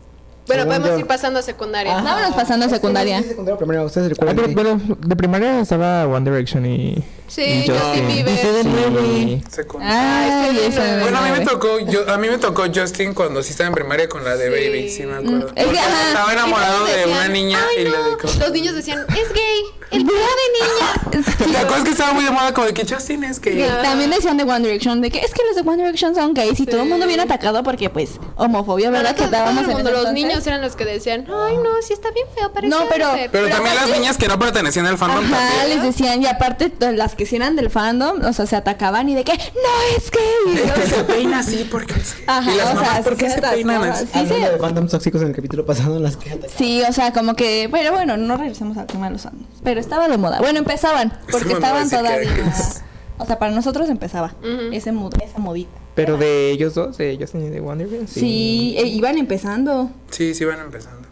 F: Bueno,
B: Según
F: podemos
B: yo.
F: ir pasando a secundaria.
B: Ajá.
C: Vámonos pasando a
F: Este
B: Es que
C: secundaria.
B: no sé si secundaria o primaria, ustedes
E: Ah, pero,
B: recuerdan.
E: pero de primaria estaba One Direction y.
F: Sí,
E: y
F: Justin Bieber.
E: Sí.
D: Secundaria.
C: ay,
F: Ay,
C: eso.
F: sí,
C: de
D: Bueno, a mí me
C: nueve.
D: tocó, yo, a mí me tocó Justin cuando sí estaba en primaria con la de
F: Sí.
D: Baby, sí me acuerdo.
C: Mm, es que,
D: Porque
C: ajá,
D: estaba enamorado de
F: Decían,
D: una niña
F: "Ay,
D: y le
F: no".
D: dedicó.
F: Los niños decían, es gay, el cura de niña.
D: ¿Te acuerdas que estaba muy de moda como de que Justin es que
C: Que También decían de One Direction, de que es que los de One Direction son gays y todo el mundo viene atacado porque, pues, homofobia, ¿verdad? Que
F: Todo- todo
C: estábamos
F: el
C: en
F: mundo,
C: ese
F: los
C: entonces.
F: niños eran los que decían, ay no, sí está bien feo, parece
C: No, pero-
F: mujer".
D: Pero, también las niñas que no pertenecían al fandom
C: Ajá,
D: también.
C: les decían, y aparte t- las que sí eran del fandom, o sea, se atacaban y de que no es gay.
D: Es que se peina así porque
C: Ajá,
D: y las
C: o
D: mamás
C: sea,
D: ¿por qué
C: sí
D: se
C: se
D: peinan
C: atascaban,
D: así?
C: sí,
B: Hablando
C: sí.
B: de fandoms tóxicos en el capítulo pasado, en las que.
C: Sí, o sea, como que, pero bueno, no regresemos al tema de los años. Pero estaba de moda. Bueno, empezaban, porque
D: Estaba de moda
C: estaban
D: decir que era
C: todavía.
D: gays.
C: O sea, para nosotros empezaba ese mod- esa modita.
E: Pero de ellos dos, de Justin y de One Direction.
C: Sí, eh, e, iban empezando.
D: Sí, sí van empezando.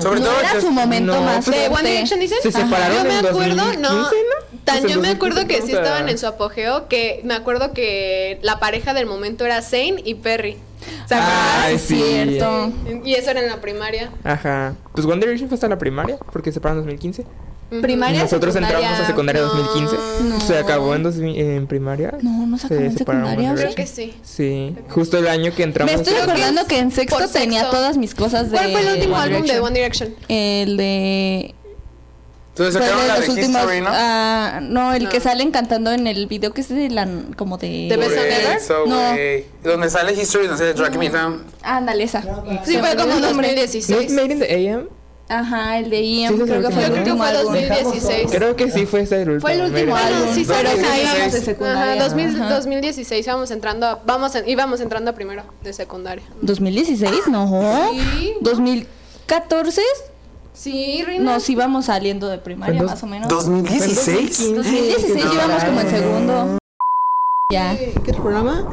D: Sobre todo pues,
C: era
D: antes-
C: su momento
E: No,
C: más
F: ¿De One
C: fuerte.
F: Direction dicen?
E: Se separaron
F: Yo
E: en
F: me acuerdo, no.
E: 2015, ¿no?
F: Tan,
E: Pues en
F: yo me acuerdo que
E: 2015,
F: sí
E: o sea.
F: estaban en su apogeo, que me acuerdo que la pareja del momento era Zane y Perry. ¿Se acuerdan?
E: Ay,
C: es cierto.
F: Y eso era en la primaria.
E: Ajá. Pues One Direction fue hasta la primaria, porque se separaron en 2015. Y
C: Primaria.
E: nosotros
F: secundaria,
E: entramos a secundaria en
F: no.
E: 2015. Se acabó en, 2000 en primaria.
C: No, no se acabó en
E: separaron One
C: secundaria,
F: Creo
E: Direction.
F: que sí.
E: Sí, justo el año que entramos.
C: Me estoy
F: Creo que
C: acordando
F: es
C: que en sexto
F: por sexto.
C: tenía todas mis cosas de.
F: ¿Cuál fue el último
C: One
F: álbum de
C: Direction.
F: One Direction?
C: El de.
D: Entonces
C: fue
D: sacaron
C: de
D: la de
C: los últimos.
D: History, ¿no?
C: ah, no, el
F: No.
C: que salen cantando en el video que es de la. como de.
F: ¿De
D: Por
F: Best on Ever?
D: eso,
C: No.
D: güey. Donde sale History, donde sale Drag Me Down.
C: Ándale, esa.
F: Sí,
C: Se me
F: fue
C: olvidó
F: como
C: el nombre.
F: 2016.
E: Made in the AM.
C: Ajá, el de Ian.
E: Sí, sí,
C: creo que
E: sí,
C: fue el
E: sí.
F: Yo creo que
C: último
F: fue
C: álbum.
F: 2016.
E: Creo que sí fue ese el último.
C: Fue el último
E: Made in the
C: álbum.
F: Bueno, sí,
C: pero
F: somos
C: esa
F: ahí,
C: íbamos de
F: vamos-
C: secundaria.
F: Ajá, 2000
C: Ajá.
F: 2016 íbamos entrando, a- vamos en- íbamos entrando a primero de secundaria.
C: ¿2016? No.
F: Sí.
C: ¿2014?
F: Sí, Reina.
C: Nos íbamos saliendo de primaria,
E: Fue en
C: más o menos.
D: ¿2016?
B: Eh,
C: 2016
D: No,
C: íbamos como en segundo. Ya.
B: ¿Qué programa?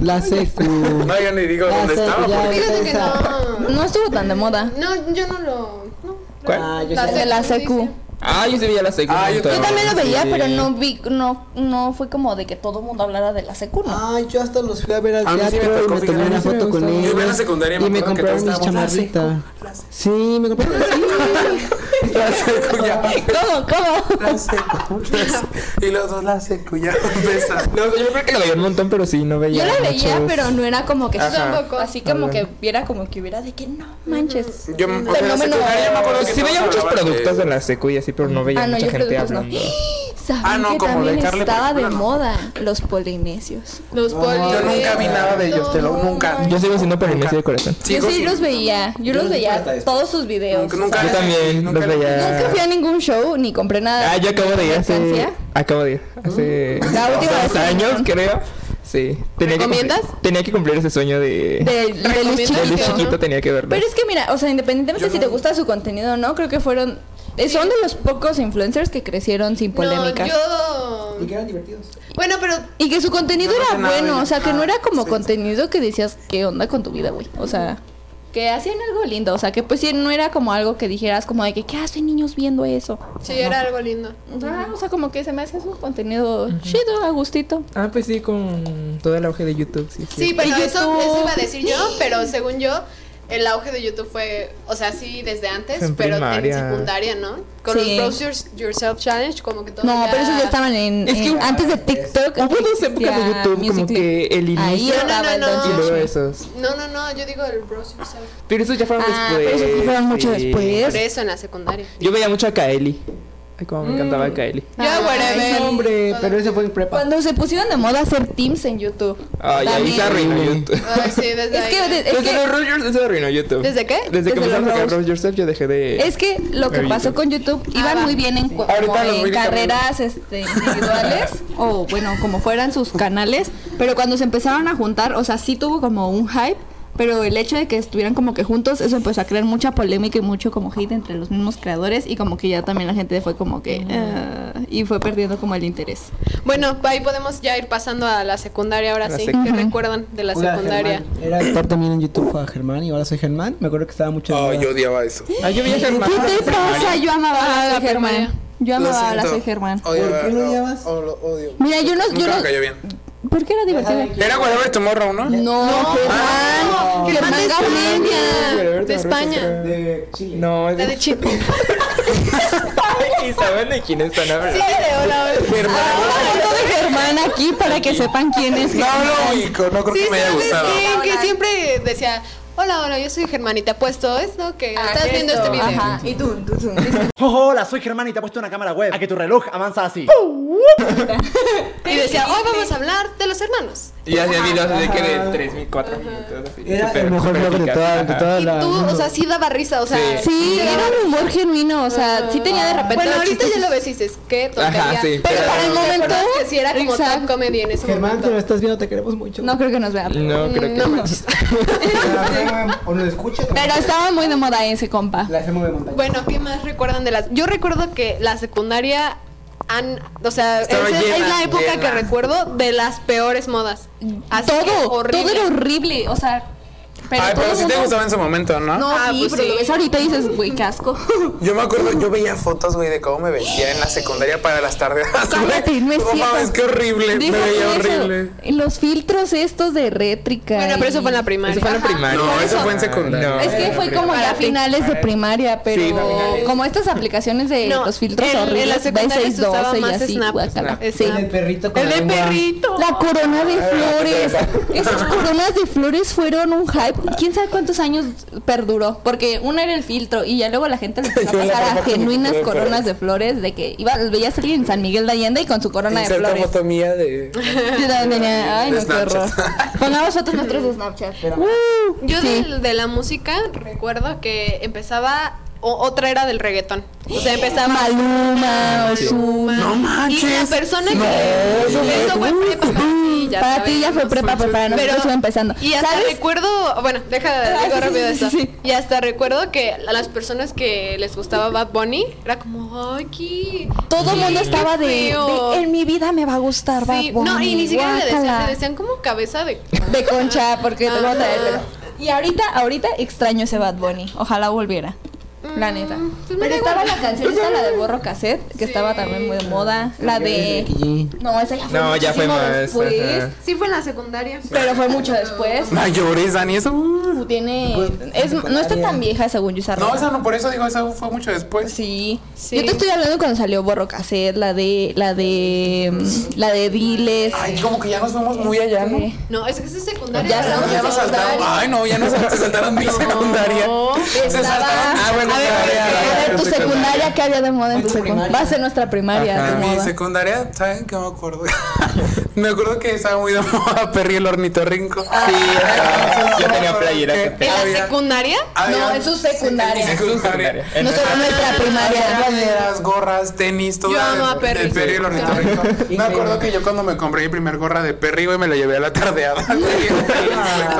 B: La secu.
D: No, yo ni digo
B: La
D: dónde
B: secu,
D: estaba.
B: ya,
D: porque-
F: Fíjate que
B: esa.
F: no.
C: No estuvo tan de moda.
F: No, yo no lo. No.
B: Ah,
E: ¿Cuál?
B: yo
C: De
B: sé.
C: la
F: secu,
C: secu.
F: dice.
E: Ah, yo sí veía la segunda.
D: Ah, yo
C: Yo también lo
E: Sí.
C: veía, pero no vi, no, no fue como de que todo el mundo hablara de la secu, ¿no?
B: Ay, yo hasta los fui a ver al
D: A mí Ah, sí me
B: teatro y
D: tocó,
B: me
D: fíjate,
B: tomé
D: a mí
B: una
E: sí me
B: foto con
E: gustaba.
B: ellos.
D: Yo iba en la secundaria y me
B: Y me
D: acuerdo que
B: compraron mis
D: todos estábamos, "La
B: chamarritas. Sí, me compraron sí.
D: La secu ya.
C: ¿Cómo? ¿Cómo?
D: La secu. la secu. Y los dos la secu ya. Besa.
E: No, yo creo que lo veía un montón, pero sí, no veía.
C: Yo la veía,
E: muchos.
C: pero no era como que
D: Ajá.
C: tampoco. Así como
E: Ajá.
C: que viera como que hubiera de que no manches.
D: Yo, o sea, en la
C: Fenómeno.
D: secundaria yo me acuerdo que
E: Sí veía
D: todos
E: muchos
D: hablaban de-
E: productos de la secu y así, pero no veía
C: Ah, no,
E: mucha
C: yo
E: gente
C: productos no.
E: hablando.
C: ¿Saben
D: Ah, no,
C: que
D: como de
C: también
D: Carly, por
C: estaba de
D: ejemplo, no.
C: moda? Los polinesios.
F: Los polis.
D: Yo nunca vi nada de ellos, te lo nunca.
E: Yo sigo siendo polinesio de corazón.
C: Yo
D: Sigo
C: sí
D: sin-
C: los veía, yo los veía todos sus videos.
D: Nunca, nunca
E: Yo
D: les-
E: también
D: nunca
E: los
D: les-
E: veía.
C: Nunca fui a ningún show ni compré nada.
E: Ah, yo acabo de ir hace.
C: ¿Mercancía?
E: Acabo de ir hace.
C: Mm. La última
E: dos
C: vez que
E: años,
C: vinieron.
E: creo. Sí. Tenía que
F: ¿Recomiendas?
E: cumplir- tenía que cumplir ese sueño de.
C: De, de Luis
F: Recomiendo
E: de Luis
F: Chiquito,
C: Chiquito.
E: chiquito
F: ¿no?
E: tenía que verlo.
C: Pero es que mira, o sea, independientemente si te gusta su contenido o no, creo que fueron. eh, Son de los pocos influencers que crecieron sin polémicas.
F: No, yo.
B: eran divertidos.
F: Bueno, pero.
C: Y que su contenido
D: No
C: era
D: hace nada
C: bueno,
D: de-
C: o sea, que no era como
D: sí.
C: contenido que decías, ¿qué onda con tu vida, güey? O sea, que hacían algo lindo, o sea, que pues sí, no era como algo que dijeras como de que, ¿qué hacen niños viendo eso?
F: Sí, era algo lindo.
C: Ah, o sea, como que se me hace un contenido chido, a gustito.
E: Ah, pues sí, con todo el auge de YouTube. Sí,
F: Sí, pero
C: Y
F: eso,
C: YouTube.
F: eso iba a decir yo, pero según yo, el auge de YouTube fue, o sea, sí desde antes,
E: En
F: pero
E: primaria.
F: en secundaria, ¿no? Con
C: Sí.
F: los Browse Yours- Yourself Challenge, como que todo.
C: No, pero eso ya estaban en,
E: Es que
C: en-
E: hubo-
C: antes de TikTok.
E: Hubo dos
C: existía
E: épocas de YouTube, como
C: Musical.ly.
E: que el inicio.
C: Ahí
E: No, no,
C: estaba el
F: no, no.
E: Y luego
C: Dungeon.
E: esos.
F: No, no, no, yo digo el Browse Yourself.
E: Pero esos ya fueron
C: Ah,
E: después.
C: pero esos sí fueron mucho
E: sí.
C: después.
F: Por eso en la secundaria.
E: Yo veía mucho a Kaeli. Ay, cómo me encantaba
C: Mm.
E: a Kaeli.
C: Ah, Ay,
F: Ya, whatever.
B: No, hombre, pero ese fue en prepa.
C: Cuando se pusieron de moda hacer teams en YouTube.
E: Ay, ahí
C: También.
E: se arruinó YouTube.
F: Ay, sí, desde
C: Es
F: ahí.
C: que, de- eh, es
E: Desde
C: que,
E: los Rogers se arruinó YouTube.
F: ¿Desde qué?
E: Desde que
C: Desde
E: empezaron a
C: los
E: sacar
C: Rose.
E: Rose Yourself, yo dejé de.
C: es que lo que
E: Ahorita.
C: pasó con YouTube iban
F: va.
C: muy bien en, cu-
E: Ahorita
C: como
E: los
C: en
E: voy a cambiar.
C: carreras este, individuales o bueno, como fueran sus canales, pero cuando se empezaron a juntar, o sea, sí tuvo como un hype, pero el hecho de que estuvieran como que juntos, eso empezó a crear mucha polémica y mucho como hate entre los mismos creadores y como que ya también la gente fue como que... ah, y fue perdiendo como el interés.
F: Bueno, ahí podemos ya ir pasando a la secundaria ahora
E: A la
F: sí.
E: secu.
F: ¿Qué recuerdan de la
B: Hola,
F: secundaria?
B: Germán. Era estar también en YouTube a Germán y ahora soy Germán. Me acuerdo que estaba mucho. de
D: Ay,
B: moda.
D: Oh, yo odiaba eso.
E: Ah, yo veía a Germán.
C: ¿Qué te pasa? Yo amaba
F: Ah,
C: a
F: la
C: la
F: primaria.
C: Germán. Yo
D: Lo
C: amaba a la
D: siento.
C: soy Germán.
B: ¿Por
D: Odiaba-
B: qué lo
D: o-
B: odiabas?
D: o lo odio.
C: Mira, yo no... Yo
D: Nunca
C: no
D: me cayó bien.
C: ¿Por qué era divertido?
D: Era Whatever Tomorrow, ¿no?
C: No, Germán. Germán
F: de España. De España.
B: De Chile.
E: No, es
F: La de
E: de.
F: Chip.
E: ¿Y saben de quién están hablando?
F: Sí, de hola, hola.
C: Ah.
D: Germán.
C: foto de Germán aquí para que sepan quién es
D: No
C: Germán.
D: lo ubico, no creo
F: Sí,
D: que me haya
F: ¿sabes
D: gustado.
F: qué?
C: Hola,
F: Que
C: hola.
F: siempre decía, hola, hola, yo soy Germanita. Puesto esto que estás viendo este video.
C: Ajá. Y tú, tú, tú. Dices,
I: Hola, soy Germán y te he puesto una cámara web a que tu reloj avanza así.
F: Y decía, hoy vamos a hablar de los hermanos.
E: Y hacía videos de que de 3.000, 4.000 minutos. así,
B: Era
E: súper-
B: el mejor
E: súper
B: nombre de
E: eficaz,
B: toda, de
E: ajá.
B: toda
F: Y
B: la.
F: tú, o sea, sí daba risa, o sea.
E: Sí.
C: Sí, era un humor genuino, o sea, sí tenía de repente.
F: Bueno, ahorita
C: chistes-
F: ya lo ves y dices, qué tontería.
E: Ajá, sí,
F: Pero
E: pero-
F: para el
E: ¿Te
F: momento
C: acuerdas
F: que sí era como
C: Exacto.
F: top comedy en ese
B: Germán, te lo
F: momento.
B: estás viendo, te queremos mucho.
C: No creo que nos vea.
E: No, creo que
F: Mm, No
E: no.
F: manches.
B: O no escucha.
C: Pero estaba muy de moda ese compa.
B: La hacemos de montaña.
F: Bueno, ¿qué más recuerdan de las? Yo recuerdo que la secundaria han, o sea,
D: Estaba
F: esa es
D: llena,
F: la época
D: llena.
F: que recuerdo de las peores modas. Así que
C: todo,
F: horrible.
C: todo era horrible, o sea, Pero
D: Ay, pero
C: todo
D: sí te
C: mundo-
D: gustaba en su momento, ¿no?
C: No,
F: Ah,
C: sí,
F: pues
C: pero
F: sí.
C: lo ves ahorita y dices, güey, qué asco.
D: Yo me acuerdo, yo veía fotos, güey, de cómo me vestía en la secundaria para las tardes.
C: Cállate,
D: güey.
C: no es cierto.
D: mames, qué horrible.
C: Deja
D: me veía
C: tú eso.
D: horrible.
C: Los filtros estos de rétrica.
F: Bueno, pero eso fue en la
C: primera.
F: primaria.
E: Eso fue en la
F: Ajá.
E: primaria.
D: No, eso fue en secundaria.
E: No.
C: Es que fue como ya
F: Párate.
C: finales de primaria, pero
E: Sí, finales.
C: como estas aplicaciones de
F: No,
C: los filtros
F: en- en
C: horribles,
F: la secundaria se usaba
C: B612 y
F: más
C: así,
F: Snap.
C: guácala.
F: Snap.
C: Sí.
F: Snap.
B: El perrito con
F: El
B: la
F: de
B: lengua.
F: perrito.
C: La corona de flores. Esas coronas de flores fueron un hype. ¿Quién sabe cuántos años perduró? Porque uno era el filtro y ya luego la gente le empezó
D: Yo
C: a
D: en la
C: pasar a
D: prepa con mi
C: genuinas
D: corona de
C: coronas de flores de que iba, veías a alguien en San Miguel de Allende y con su corona de
D: Inserta
C: flores.
D: foto mía de.
C: Yo también tenía- ay,
D: De
C: no, qué horror.
D: Snapchat.
C: Pongamos fotos nuestros de Snapchat. Woo.
F: Yo
C: Sí.
F: del- de, la música recuerdo que empezaba o- otra era del reggaetón. O sea, empezaba
C: Maluma, Ozuna.
D: No manches.
F: Y la persona que
D: No, eso fue-
F: eso fue prepa para ti, ya
C: para ti ya fue
F: sabemos.
C: prepa, pero para nosotros
F: Pero-
C: iba empezando.
F: Y hasta
C: ¿Sabes?
F: recuerdo, bueno, deja
C: Ah,
F: digo
C: sí,
F: rápido
C: sí, sí,
F: eso.
C: sí.
F: Y hasta recuerdo que a las personas que les gustaba Bad Bunny era como, "Ay, qué-
C: Todo el
F: qué
C: mundo estaba de,
F: feo".
C: de, en mi vida me va a gustar
F: Sí,
C: Bad Bunny,
F: no, y ni siquiera le decían,
C: guácala".
F: le decían como cabeza de
C: de concha porque te voy a traer el pelo.
F: Ah.
C: Y ahorita, ahorita extraño ese Bad Bunny. Ojalá volviera. La neta.
F: Mm, pues me
C: Pero
F: da
C: estaba
F: igual.
C: la canción, esta la de Borro Cassette, que estaba también muy de moda. La de. No, esa ya fue,
E: No, ya fue
C: muchísimo
E: más,
C: después,
E: ajá.
F: Sí fue en la secundaria.
C: Pero fue mucho después.
D: Mayores, Dani, eso. uh.
C: Tiene. Es, no está tan vieja según yo esa
D: No,
C: rola.
D: esa no, por eso digo, eso fue mucho después.
C: Sí.
F: Sí.
C: Yo te estoy hablando cuando salió Borro Cassette, la de. La de. mm, La de Diles.
D: Ay, como que ya nos fuimos muy allá, ¿no?
C: Eh,
F: No, es que es secundaria.
C: Ya
F: pero
C: estamos
D: Ya
F: no
D: nos
F: sé.
D: saltaron. Ay, no, ya nos se saltaron mi secundaria. Se
C: estaba-
D: saltaron. Ah, bueno,
C: a ver,
D: todavía,
C: a ver,
D: todavía,
C: tu
D: secundaria.
C: secundaria, ¿qué había de moda en tu secundaria? Va a ser nuestra primaria
E: Ajá.
C: de
D: En mi
C: moda.
D: secundaria, ¿saben qué me acuerdo? me acuerdo que estaba muy de moda Perry el ornitorrinco.
E: Sí,
D: Ah,
E: yo tenía playera
D: que-
E: que
F: ¿En la
D: Había-
F: secundaria?
D: había-
C: No, en su secundaria.
D: En mi secundaria.
C: No solo nuestra primaria.
D: Playeras, Pues gorras, tenis, todo.
F: Yo amo a
D: de-
F: Perry.
D: de Perry el ornitorrinco. Me acuerdo que yo cuando me compré mi primer gorra de Perry, güey, me la llevé a la tardeada. güey.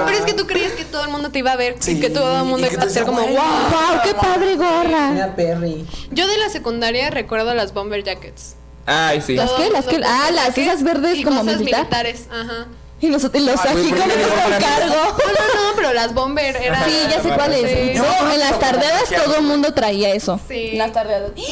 F: Pero es que tú creías que todo el mundo te iba a ver
D: Sí,
F: y que todo el mundo
D: y que
F: iba a
D: tú
F: ser como
D: decías,
F: wow.
C: ¡Wow! ¡Qué padre gorra!
A: Era Perry.
F: Yo de la secundaria recuerdo las bomber jackets.
E: Ay, sí.
C: Las
F: Todo
C: que-
F: el
C: las
F: mundo
C: que-
F: con
C: ah,
F: bomber
C: las
F: jacket
C: esas verdes
F: y
C: como
F: cosas
C: militar.
F: militares, ajá.
C: Y nosotros, los
D: Ay, Ah, güey, ¿por qué
C: ajícolas
D: me dijo
C: con
D: para mí?
C: cargo.
F: No, no, no, pero las bomber eran
C: Sí, ya sé cuál es.
F: Sí.
C: No, en las tardeadas
D: Sí.
C: todo el mundo traía eso.
F: Sí.
C: En las tardeadas.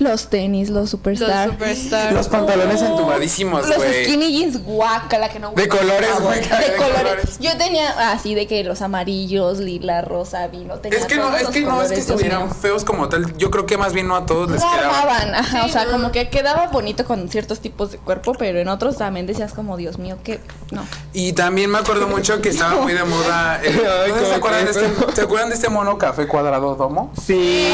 C: Los tenis, los
F: Los
C: superstar.
F: superstars.
D: Los pantalones entubadísimos,
C: Los
D: güey.
C: skinny jeans, guacala, que no
D: De colores,
C: Ah,
D: güey,
C: De,
D: de colores.
C: colores. Yo tenía así de que los amarillos, lila, rosa, vino. Tenía
D: Es que no,
C: todos
D: es
C: los
D: que no es
C: colores,
D: que
C: Dios mío.
D: estuvieran feos como tal. Yo creo que más bien no a todos les
C: No
D: quedaba.
C: armaban, ajá,
F: Sí,
C: o sea,
F: no.
C: como que quedaba bonito con ciertos tipos de cuerpo, pero en otros también decías como, Dios mío, que no.
D: Y también me acuerdo mucho que estaba muy de moda. el-
E: Ay,
D: ¿Ustedes ¿Se
E: cómo
D: acuerdan de
E: que
D: este,
E: feo.
D: ¿se acuerdan de este mono café cuadrado domo?
E: Sí.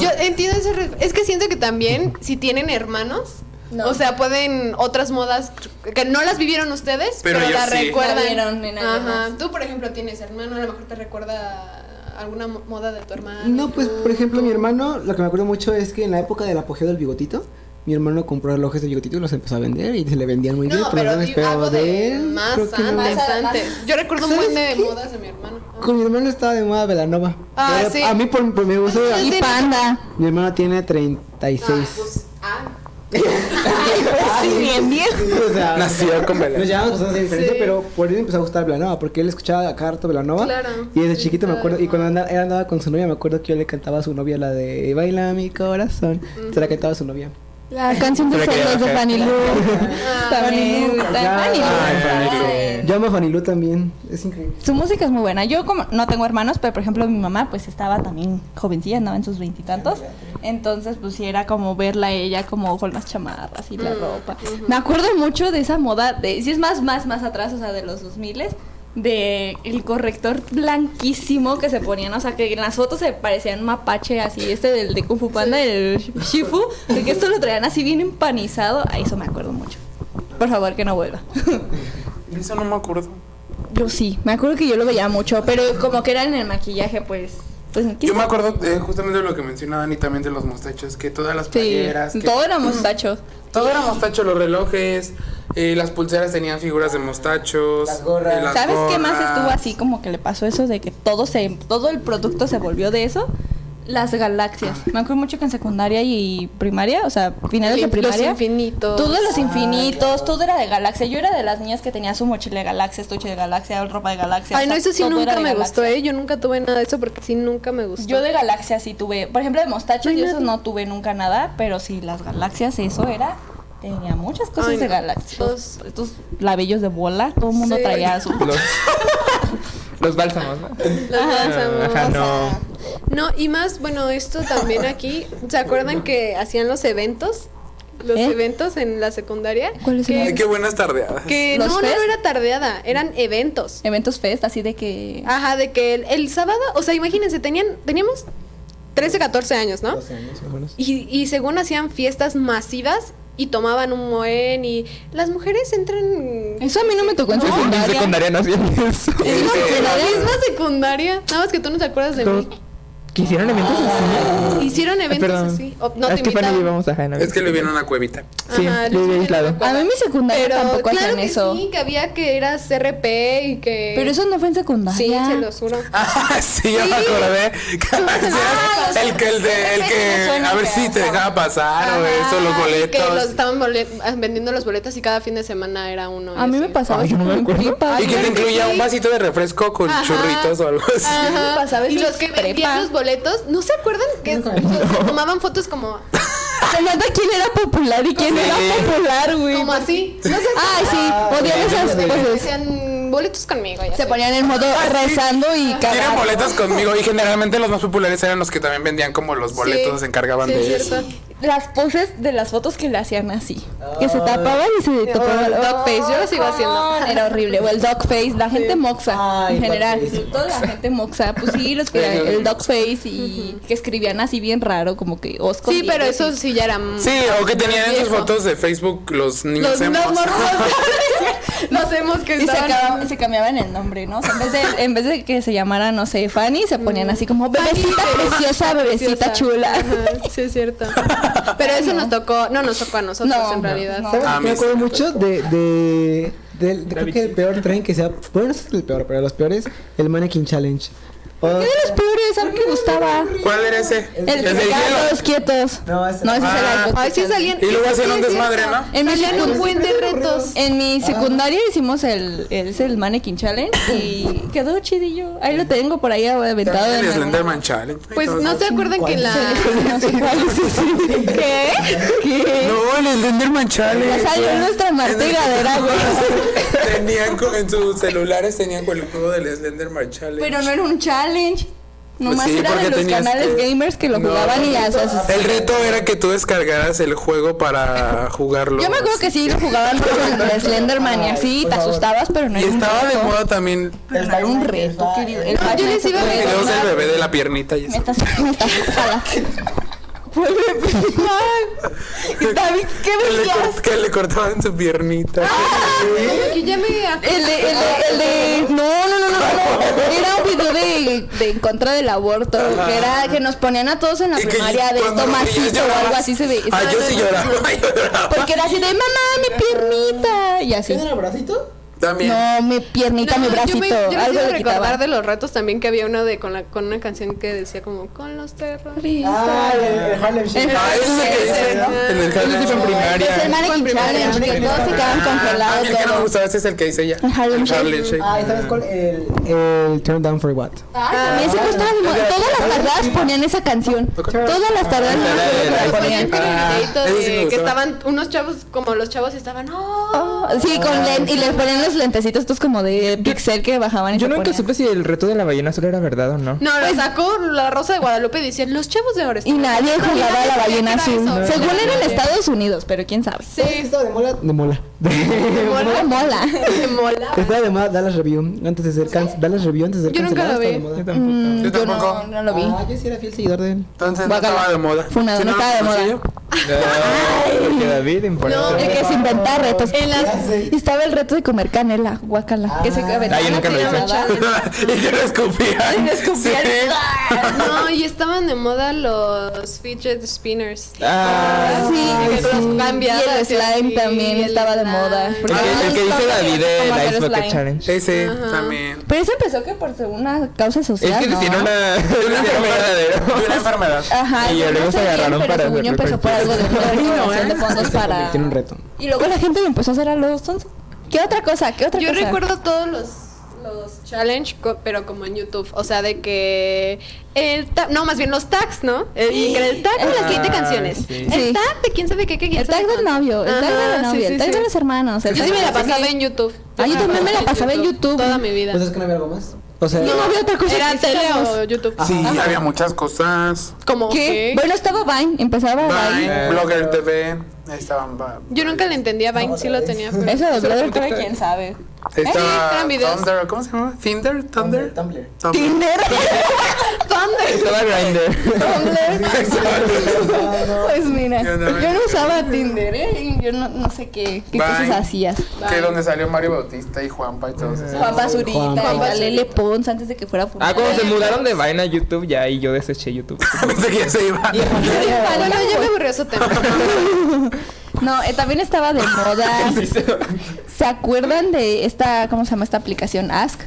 F: Yo entiendo ese re- es que siento que también si tienen hermanos
C: No.
F: O sea, pueden otras modas que no las vivieron ustedes,
D: Pero
F: pero,
D: yo
F: las
D: sí.
F: recuerdan.
C: No vieron en alguien
F: Ajá.
C: más.
F: Tú, por ejemplo, tienes hermano, a lo mejor te recuerda alguna mo- moda de tu hermano.
B: No, pues por ejemplo, mi hermano, lo que me acuerdo mucho es que en la época del apogeo del bigotito, mi hermano compró relojes de bigotito y los empezó a vender y se le vendían muy bien.
F: No,
B: por lo
F: pero
B: menos,
F: di- algo de más
B: creo que no.
F: antes,
C: Más a-
F: antes. Yo recuerdo un buen de
B: ¿Sabes qué?
F: modas de mi hermano.
B: Con mi hermano estaba de moda Velanova.
F: Ah,
B: Pero
F: sí.
B: A mí, por, por mi gusto,
F: Ah,
B: a-
C: Y
F: sí.
C: panda.
B: mi hermano tiene
F: Ah,
B: 36.
F: pues, ah.
C: bien, bien.
B: O sea,
D: Nació con
B: Nos
D: Belén.
B: llevamos bastante diferencia,
F: Sí.
B: pero por él me empezó a gustar Belanova, porque él escuchaba a cada rato Belanova.
F: Claro.
B: Y desde chiquito me
F: Claro.
B: acuerdo, y cuando andaba, él andaba con su novia, me acuerdo que yo le cantaba a su novia la de Baila mi corazón. Se la cantaba a su novia.
C: La canción de
E: Pero que
C: celos
E: ya
C: de
E: bajé.
C: Fanny Lu.
F: ah,
C: También.
B: Fanny Lu, ya.
D: Ah,
C: Fanny Lu.
B: Ay,
E: Fanny Lu.
C: Ay.
B: Yo amo a Fanilú también, es increíble.
C: Su música es muy buena. Yo como no tengo hermanos, pero por ejemplo mi mamá pues estaba también jovencilla, andaba en sus veintitantos. Entonces pues sí era como verla a ella como con las chamarras y la ropa. Me acuerdo mucho de esa moda, de, si es más, más, más atrás, o sea, de los 2000 de el corrector blanquísimo que se ponían, o sea, que en las fotos se parecían mapache así, este del de Kung Fu Panda, el Shifu, de que esto lo traían así bien empanizado, a eso me acuerdo mucho. Por favor, que no vuelva.
D: De Eso no me acuerdo.
C: Yo sí, me acuerdo que yo lo veía mucho, pero como que era en el maquillaje, pues. pues
D: Yo me acuerdo eh, justamente de lo que mencionaba Dani también de los mostachos, que todas las
C: Sí,
D: playeras. que-
C: todo era mostacho.
D: Todo era mostacho, los relojes, eh, las pulseras tenían figuras de mostachos.
A: Las gorras.
D: eh, las
C: ¿Sabes qué más
D: gorras.
C: estuvo así como que le pasó eso de que todo se todo el producto se volvió de eso? Las galaxias. Me acuerdo mucho que en secundaria y primaria, o sea, finales de
F: Los
C: primaria.
F: infinitos. Ah,
C: Todo de los infinitos, todo era de galaxia. Yo era de las niñas que tenía su mochila de galaxia, estuche de galaxia, ropa de galaxia.
F: Ay,
C: o
F: no,
C: sea,
F: eso sí
C: todo era
F: nunca
C: de
F: me
C: galaxia.
F: gustó, ¿eh? Yo nunca tuve nada de eso porque sí nunca me gustó.
C: Yo de galaxia sí tuve, por ejemplo, de mostachos
F: No hay
C: y eso
F: nadie.
C: no tuve nunca nada, pero sí las galaxias, eso era. Tenía muchas cosas
F: Ay,
C: de
F: no.
C: galaxias.
F: Los-
C: Los- estos labillos de bola, todo el mundo
F: Sí.
C: traía su.
E: Los, los bálsamos, ¿no?
F: Los lanzamos.
E: Ajá, no.
F: No, y más, bueno, esto también aquí, ¿se acuerdan que hacían los eventos? Los
C: ¿Eh?
F: eventos en la secundaria.
C: ¿Cuáles
F: Que-
D: Ay, qué buenas tardeadas.
F: Que
C: ¿Los
F: no, no,
C: fest?
F: no era tardeada, eran eventos.
C: Eventos fest, así de que.
F: Ajá, de que el, el sábado, o sea, imagínense, tenían, teníamos 13, 14 años, ¿no? Y, y según hacían fiestas masivas y tomaban un moen y las mujeres entran...
C: Eso a mí no me tocó en
E: En
C: secundaria.
E: secundaria no hacían eso.
F: en la
D: Sí.
F: misma secundaria. Nada más que tú no te acuerdas de mí.
E: ¿Que hicieron eventos así?
F: Hicieron eventos
E: Perdón.
F: así. O no
E: es
F: te
E: que Fanny
F: invitaban.
E: llevamos a Hannah.
D: Es que lo vieron a una cuevita.
E: Sí,
F: Ajá,
E: yo vivía
F: los hicieron
E: aislado.
F: evacuar.
C: A mí en mi secundaria
F: Pero
C: tampoco
F: claro
C: hacían
F: que
C: eso.
F: sí, que había que era CRP y que...
C: Pero eso no fue en
F: Sí,
C: secundaria.
F: se los juro.
D: Ah, sí, ya me
F: Sí.
D: acordé. Que hacían el que, el de, el
C: Me
D: que,
C: suena
D: a ver
C: feo.
D: si te dejaba pasar o eso, los
F: Ajá, y Que los
D: boletos.
F: estaban bolet- vendiendo los boletos y cada fin de semana era uno. y
C: A mí me
F: así.
C: pasaba
E: Ay, yo
C: eso
E: no me
C: con
E: acuerdo.
C: tripas.
D: Y que te
F: Claro que
D: incluía
F: sí.
D: un vasito de refresco con
F: Ajá.
D: churritos o algo así.
F: Ajá.
C: pasaba eso
F: y
C: en
F: los que
C: prepa.
F: vendían los boletos, ¿no se acuerdan que se tomaban fotos como,
C: Se nota quién era popular y quién era popular, güey.
F: como así? No se
C: Ay, pues sí, odiaba esas
F: acuerdan que
C: cosas. Ah,
F: decían boletos conmigo.
C: Se ponían en modo rezando y
D: Tienen
C: cagando.
D: boletos conmigo y generalmente los más populares eran los que también vendían como los boletos, se encargaban
F: sí,
D: de
F: es
D: eso.
F: cierto.
C: Las poses de las fotos que le hacían así. Que se tapaban y se tapaban.
F: el dog face, yo lo sigo haciendo.
C: Era horrible. O el dog face, la gente moxa
B: Ay,
C: en
B: dog
C: general.
B: face,
C: Toda la gente moxa. Pues sí, los que el dog face y que escribían así bien raro, como que Oscar.
F: Sí, pero eso sí ya era.
D: Sí, o que tenían en sus
F: viejo.
D: fotos de Facebook los niños
F: Los no
D: emos.
F: morros. No sabemos que
C: Y se,
F: estaban-
C: acaba- se cambiaban el nombre, ¿no? O sea, en, vez de, en vez de que se llamara, no sé, Fanny, se ponían así como bebecita preciosa, bebecita
F: Preciosa.
C: chula.
F: Ajá, sí, es cierto. Pero eso nos tocó, no nos tocó a nosotros
C: No,
F: en
C: no,
F: realidad.
C: no.
B: ¿Sabes?
D: Ah,
B: me
D: me
B: acuerdo
D: encanta.
B: mucho de, de, del- de- creo que el peor tren que sea, bueno, no es el peor, pero los peores, el Mannequin Challenge. O-
C: ¿Qué de los peores? A mí me gustaba.
D: ¿Cuál era ese?
C: El, que quedaban todos quietos.
B: No, ese
C: no, ese
D: no.
C: es el
D: Ah.
C: alcohol.
F: Ay, sí salían.
D: Y luego
F: sí,
D: hacían
F: sí,
D: un
F: es
D: desmadre,
F: cierto.
D: ¿no?
C: En mi
F: Salían un
C: secundaria-
F: buen de retos.
C: En mi secundaria hicimos el, el, es el Mannequin Challenge y quedó chidillo. Ahí lo tengo por ahí aventado.
D: El
C: en algún-
D: Slenderman Challenge.
F: Pues no se acuerdan que en la.
C: No sé cuál es ese. ¿Qué? ¿Qué?
D: No, el Slenderman
C: Ya
D: Challenge.
C: salió nuestra martigadera, güey.
D: Tenían co- en sus celulares tenían con el juego del Slenderman Challenge.
C: Pero no era un challenge. Nomás
D: Pues sí,
C: era
D: porque
C: de los
D: tenías
C: canales
D: que-
C: gamers que lo
D: No.
C: jugaban y ya. o sea,
D: El reto era que tú descargaras el juego para jugarlo.
C: yo me acuerdo que sí lo jugaban con el Slenderman y así, te asustabas, pero no
D: Y
C: era un
D: estaba de
C: reto.
D: moda también
C: Pero no era un reto, querido. El
F: No, yo les iba a
D: los
F: pedir.
D: videos del bebé de la piernita y
C: Me
D: eso.
C: estás, me estás, ojalá. Vuelve a empezar. Y David, ¿qué
D: Que le,
C: veías? Ah,
D: cort- que le cortaban su piernita.
F: Que ya me. ac-
C: El de, el de, el de, no, no, no, no, no, era un video de, de en contra del aborto, que era que nos ponían a todos en la
D: Y que
C: primaria de
D: cuando lo veías
C: tomacito o
D: llorabas.
C: algo así se ve.
D: Ah, yo sí lloraba, yo lloraba.
C: Porque era así de, mamá, mi piernita, y así.
B: ¿Tiene el bracito?
D: También.
C: No, mi piernita, mi
F: No, yo
C: bracito,
F: me- yo les
C: algo
F: iba a
C: le quitaba.
F: recordar de los retos también que había uno de con la con una canción que decía como con los terroristas.
B: Ah, el, el Harlem Shake.
D: Ah, ese es el que dice, ¿no? En el Harlem en
C: Pues el
D: primaria.
C: mannequin challenge, que todos se quedaban
D: Ah, el
C: congelados.
D: que no me
C: todos.
D: gustaba ese es el que dice ella.
C: El Harlem Shake.
D: Shake.
B: Ah, ¿y ¿sabes cuál? El, el Turn Down for What.
E: Ah,
C: A mí sí me gustaba, mi mo- todas las tardadas ponían esa canción. Todas las tardadas
D: Ah, la- la- la-
C: ponían.
F: Ponían
D: Ah,
F: videito
D: ese sí me
F: de eh, que
D: gustaba.
F: estaban unos chavos como los chavos y estaban. "Oh".
C: Ah, Sí, con len- y les ponían los lentecitos estos como de pixel que bajaban y
E: Yo
C: se
E: nunca
C: ponían.
E: supe si el reto de la ballena azul era verdad o no.
F: No, lo sacó la Rosa de Guadalupe y decían los chavos de ahora.
C: Pues, Y
F: están-
C: nadie
F: No,
C: jugaba a
F: nadie
C: la
F: sabía
C: ballena
F: que era
C: azul.
F: eso.
C: Según era en Estados Unidos, pero quién sabe.
B: ¿Sabes qué estaba de mola? De mola.
C: Mola, mola.
F: Me mola.
B: estaba de moda Dallas Review. Antes de ser can- Dallas Review, antes de ser
F: Yo nunca
B: cancelado, estaba
F: lo vi.
B: de
E: Yo
B: moda.
E: tampoco.
D: Yo
C: Mm, Yo
D: tampoco.
C: no, no lo vi.
B: Ah, yo sí era fiel seguidor de él.
D: Entonces no
C: Guácala.
D: estaba de moda.
C: Funado,
D: Si
C: no estaba de
D: ¿sí
C: moda.
D: yo?
E: No, porque David en por
F: No,
E: eso.
C: El que se inventaba retos.
F: En las-
C: Y estaba el reto de comer canela, guacala. Que se aventaba
E: Ah, yo nunca lo
C: una
E: hice.
C: tirada.
D: y que lo ¿eh? escupían.
C: Y lo escupían.
F: No, y estaban de moda los fidget spinners.
E: Ah,
C: Sí,
F: que
C: sí.
F: los cambias
C: Y el
F: hacia
C: slime
F: así,
C: también
F: el
C: estaba de moda.
E: El que, Ah, el que dice David
C: Como
E: del
C: hacer
E: Ice Bucket
C: slime.
E: Challenge.
D: Ese también.
C: Pero eso empezó que por ser una causa
E: Es
C: social,
E: que
C: ¿no?
E: tiene una, una
D: De una
E: enfermedad.
D: enfermedad.
C: Ajá,
E: Y
C: yo
E: luego
C: no
E: se
C: sé bien,
E: agarraron
C: pero
E: para
C: según yo
E: hacer
C: empezó por algo de una donación de fondos ¿eh? para...
B: este Tiene un reto.
C: Y luego la gente lo empezó a hacer a los tons. ¿Qué otra cosa? ¿Qué otra
F: Yo
C: cosa?
F: recuerdo todos los, los challenge, co- pero como en YouTube. O sea, de que. El ta- no, más bien los tags, ¿no? El, que era el tag de las 20 canciones.
E: sí.
C: Ah, Sí.
F: El tag de quién sabe qué, qué, quién
C: El
F: sabe
C: tag del
F: cuánto.
C: novio, el tag de la
F: Ajá,
C: novia,
F: sí,
C: el tag
F: sí,
C: de
F: sí.
C: las hermanas. el
F: Yo
C: tag
F: sí me
C: de
F: la
C: las-
F: pasaba en YouTube.
C: Ah, yo también me la pasaba en YouTube.
F: Toda mi vida.
B: ¿Pues es que no había algo más? O sea,
C: No había otra cosa que
F: Era tele
C: hiciéramos.
F: o YouTube.
D: Sí, había muchas cosas.
F: Como
C: ¿Qué?
F: que-
C: Bueno, estaba Vine, empezaba Vine.
D: Vine, Blogger TV. Ahí estaban. va-
F: Yo nunca le entendía a Vine, sí lo tenía. Pero...
C: Eso de Brother Core, quién sabe.
F: Sí,
D: Estaba
F: eran videos.
D: Thunder. ¿Cómo se llama? ¿Tinder? ¿Thunder?
B: Tumblr.
D: Thunder.
C: Tinder. ¿Dónde?
E: Estaba Grindr.
C: Pues mira,
D: Yo no-
C: yo no usaba Tinder, ¿eh? Yo no, no sé qué, qué
D: Vine.
C: cosas hacías.
D: Que es donde salió Mario Bautista y Juanpa y todos esos.
C: Juan Basurita,
B: Juan
C: y la
F: Basurita.
C: Lele Pons antes de que fuera
E: Ah,
C: fundada.
E: cuando se mudaron de Vine a YouTube, ya ahí yo deseché YouTube.
D: Pensé que ya se iba.
F: Ah, bueno, ya me aburrió ese tema.
C: No, eh, también estaba de moda.
E: Sí, sí.
C: ¿Se acuerdan de esta, cómo se llama esta aplicación? Ask.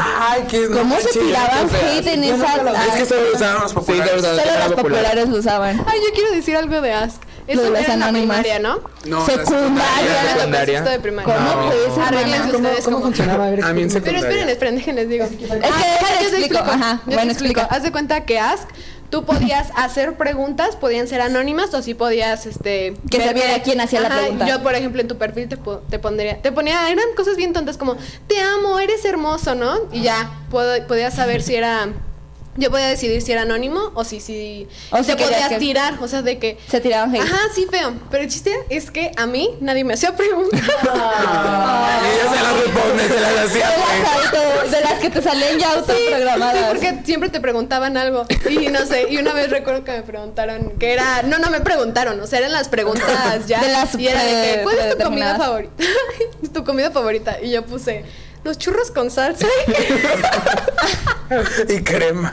D: Ay, qué
C: ¿Cómo se tiraban hate en esa?
D: Es que solo lo usaban los
E: Sí, de
D: populares.
E: verdad,
C: Solo
E: era
C: los
E: popular.
C: populares lo usaban.
F: Ay, yo quiero decir algo de Ask.
C: Lo
F: Eso
C: de
F: era
C: las
F: en la
C: anónimas.
F: primaria, ¿no?
D: No,
C: Secundaria.
F: Ya era lo
E: secundaria.
F: sexto de primaria.
C: ¿Cómo puedes
F: Arreglen
B: ¿Cómo,
F: ustedes
B: cómo
F: cómo.
B: funcionaba? A ver,
D: A mí en
B: explícame.
F: Pero esperen, esperen, déjenles digo.
C: que déjale,
F: yo te
C: explico, ajá,
F: Yo te
C: bueno,
F: explico.
C: explica.
F: Haz de cuenta que Ask, tú podías hacer preguntas, podían ser anónimas o sí podías, este...
C: Que se viera quién hacía la
F: Ajá,
C: pregunta.
F: Yo, por ejemplo, en tu perfil te, po- te pondría... Te ponía... Eran cosas bien tontas como, te amo, eres hermoso, ¿no? Y ya, puedo- podías saber si era... Yo podía decidir si era anónimo o si... si
C: O
F: o
C: si
F: te
C: querías
F: podías
C: que-
F: tirar, o sea, de que...
C: Se tiraban hate.
F: Ajá, sí, feo. Pero el chiste es que a mí nadie me hacía preguntas.
D: Y ella se la repone, se la hacía.
C: De las auto- de las que te salen ya
F: Sí,
C: autoprogramadas.
F: porque siempre te preguntaban algo. Y no sé, y una vez recuerdo que me preguntaron, que era, no, no me preguntaron, o sea, eran las preguntas ya.
C: De las
F: y era de que,
C: pre-
F: ¿cuál es tu comida
C: predeterminadas.
F: favorita? tu comida favorita. Y yo puse, los churros con salsa.
D: Y crema.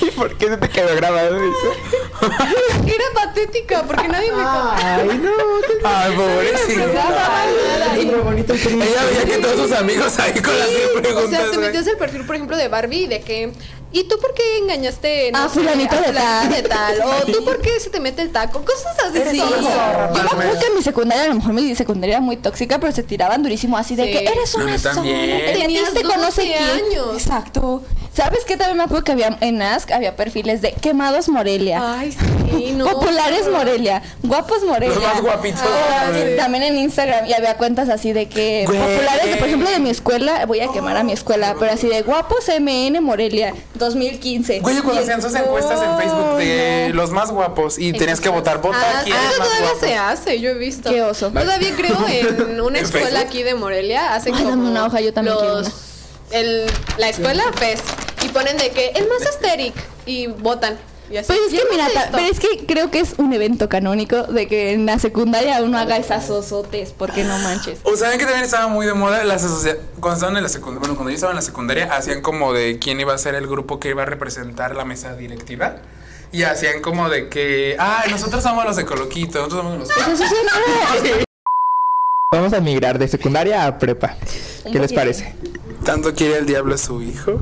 E: ¿Y por qué no te quedó grabado eso?
F: era patética, porque nadie me
B: Ay, no. qué-
D: Ay, pobrecito.
F: preguntaba nada. Y-
B: Qué bonito y triste.
D: Ella veía que todos sus amigos ahí con las cien preguntas.
F: O sea, te
D: güey.
F: metías el perfil, por ejemplo, de Barbie de que. ¿Y tú por qué engañaste
C: A Ah, fulanito
F: a
C: de
F: fulanito
C: tal?
F: de tal? ¿O tú por qué se te mete el taco? Cosas así.
C: Sí, yo me acuerdo que en mi secundaria, a lo mejor mi secundaria era muy tóxica, pero se tiraban durísimo así de
F: Sí.
C: que eres
D: A
C: una
D: mí
C: sola,
D: también.
C: te
F: Tenías
C: metiste con no sé
F: 12
C: quién.
F: años.
C: Exacto. ¿Sabes qué? También me acuerdo que había en Ask había perfiles de quemados Morelia,
F: Ay, sí, no.
C: populares Morelia, guapos Morelia.
D: Los más guapitos.
C: Ah, sí,
D: Ay.
C: También en Instagram y había cuentas así de que
D: Güey.
C: populares, de, por ejemplo, de mi escuela, voy a quemar a mi escuela, pero así de guapos MN Morelia 2015.
D: Güey, yo cuando
C: Y-
D: hacían sus encuestas en Facebook de los más guapos y tenías que votar, vota
F: Ah,
D: quién es
F: eso
D: más
F: todavía
D: guapo.
F: se hace, yo he visto.
C: Qué oso.
F: Todavía creo en una
D: ¿En
F: escuela
D: Facebook?
F: aquí de Morelia. Hacen
C: Ay,
F: como
C: dame una hoja, yo también quiero una.
F: el- la escuela FES. Y ponen de que el más asteric. Y votan. Y así.
C: Pero Pues es
F: Yo
C: que
F: no
C: mira,
F: sé
C: ta-
F: esto.
C: pero es que creo que es un evento canónico de que en la secundaria uno haga esas osotes, porque no manches.
D: O saben que también estaba muy de moda las asocia- cuando estaban en la secundaria, bueno, cuando yo estaba en la secundaria hacían como de quién iba a ser el grupo que iba a representar la mesa directiva y hacían como de que, ay, nosotros somos los de Coloquito, nosotros somos los
C: Eso sí, no.
E: Vamos a migrar de secundaria a prepa. ¿Qué les
C: poquito.
E: parece?
D: Tanto quiere el diablo a su hijo.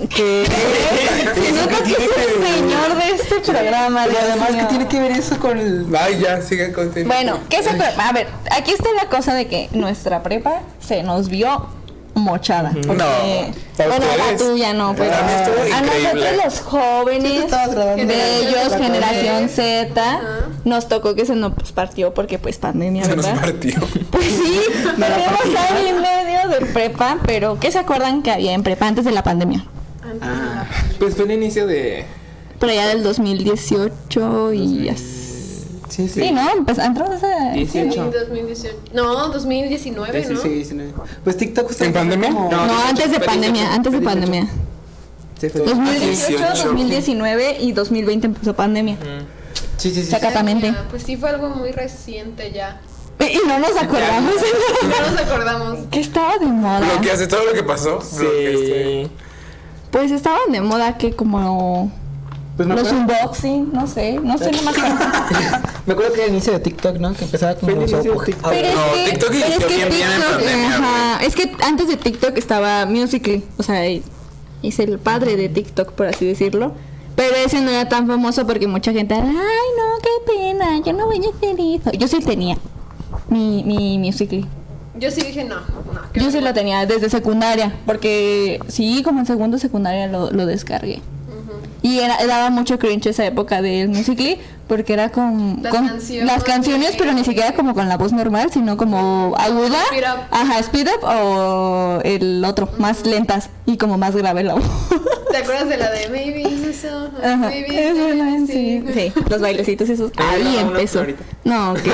C: que se nota que es el señor de este programa.
B: Y
C: Dios
B: además, ¿qué
C: mío.
B: tiene que ver eso con el...?
D: Ay, ya, sigue continuando.
C: Bueno, ¿qué se prepa? A ver, aquí está la cosa de que nuestra prepa se nos vio mochada. porque-
D: ¿a
C: bueno, la
D: ustedes?
C: tuya no, pero
D: mí estuvo
C: a
D: increíble.
C: nosotros los jóvenes,
B: estabas grabando.
C: bellos,
B: Generación
C: generación Z, nos tocó que se nos partió porque pues pandemia,
D: se nos
C: ¿verdad?
D: partió.
C: Pues sí, tenemos año y medio de prepa, pero ¿qué se acuerdan que había en prepa antes de la pandemia?
D: Ah,
E: Pues fue el inicio de.
C: Pero ya del 2018 y así.
E: Sí,
C: Sí, ¿no? Pues entramos a...
E: 18.
F: 2018. No, 2019, ¿no?
B: Sí, sí, no. Pues TikTok justamente
D: ¿En pandemia?
B: como-
E: No.
C: No, antes de pandemia, antes de pandemia.
B: Sí, fue-
C: 2018,
D: 18.
C: 2019 y 2020 empezó pandemia.
B: sí, sí, sí.
C: Chacatamente.
F: Ah, Pues sí, fue algo muy reciente ya.
C: Y no nos acordamos
F: No nos acordamos.
C: que estaba de moda.
D: Lo que hace
E: este.
D: todo lo que este, pasó. lo que-
E: Sí.
C: Pues estaban de moda que como
B: Pues me
C: Los
B: acuerdo,
C: unboxing, no sé, no sé nomás.
B: me acuerdo que era el inicio de TikTok, ¿no? Que empezaba como
E: Fue el
B: los
E: inicio de
B: ojos-
E: TikTok.
C: Pero es
D: Ah, No,
C: que,
D: TikTok
C: pero es
D: inició
C: que
D: bien, bien en
C: TikTok,
D: pandemia,
C: ajá, es que antes de TikTok estaba Musical.ly, o sea, y- es el padre de TikTok, por así decirlo. Pero ese no era tan famoso porque mucha gente, ay, no, qué pena, yo no voy a hacer eso. Yo sí tenía mi, mi Musical.ly.
F: Yo sí dije no, no.
C: Yo sí lo tenía desde secundaria, porque sí, como en segundo de secundaria lo, lo descargué. Y era, daba mucho cringe esa época del Musical.ly, porque era con
F: Las
C: con
F: canciones.
C: las canciones, pero ni siquiera como con la voz normal, sino como aguda.
F: Speed up.
C: Ajá, speed up o el otro, más lentas y como más grave la voz.
F: ¿Te acuerdas de la de Maybe it's a song,
C: Ajá.
F: maybe
C: Es
F: it's a
C: verdad, sí.
F: song"?
C: Sí, los bailecitos esos.
E: Ah,
C: Ahí
E: no, no,
C: empezó.
E: ahorita.
C: No, que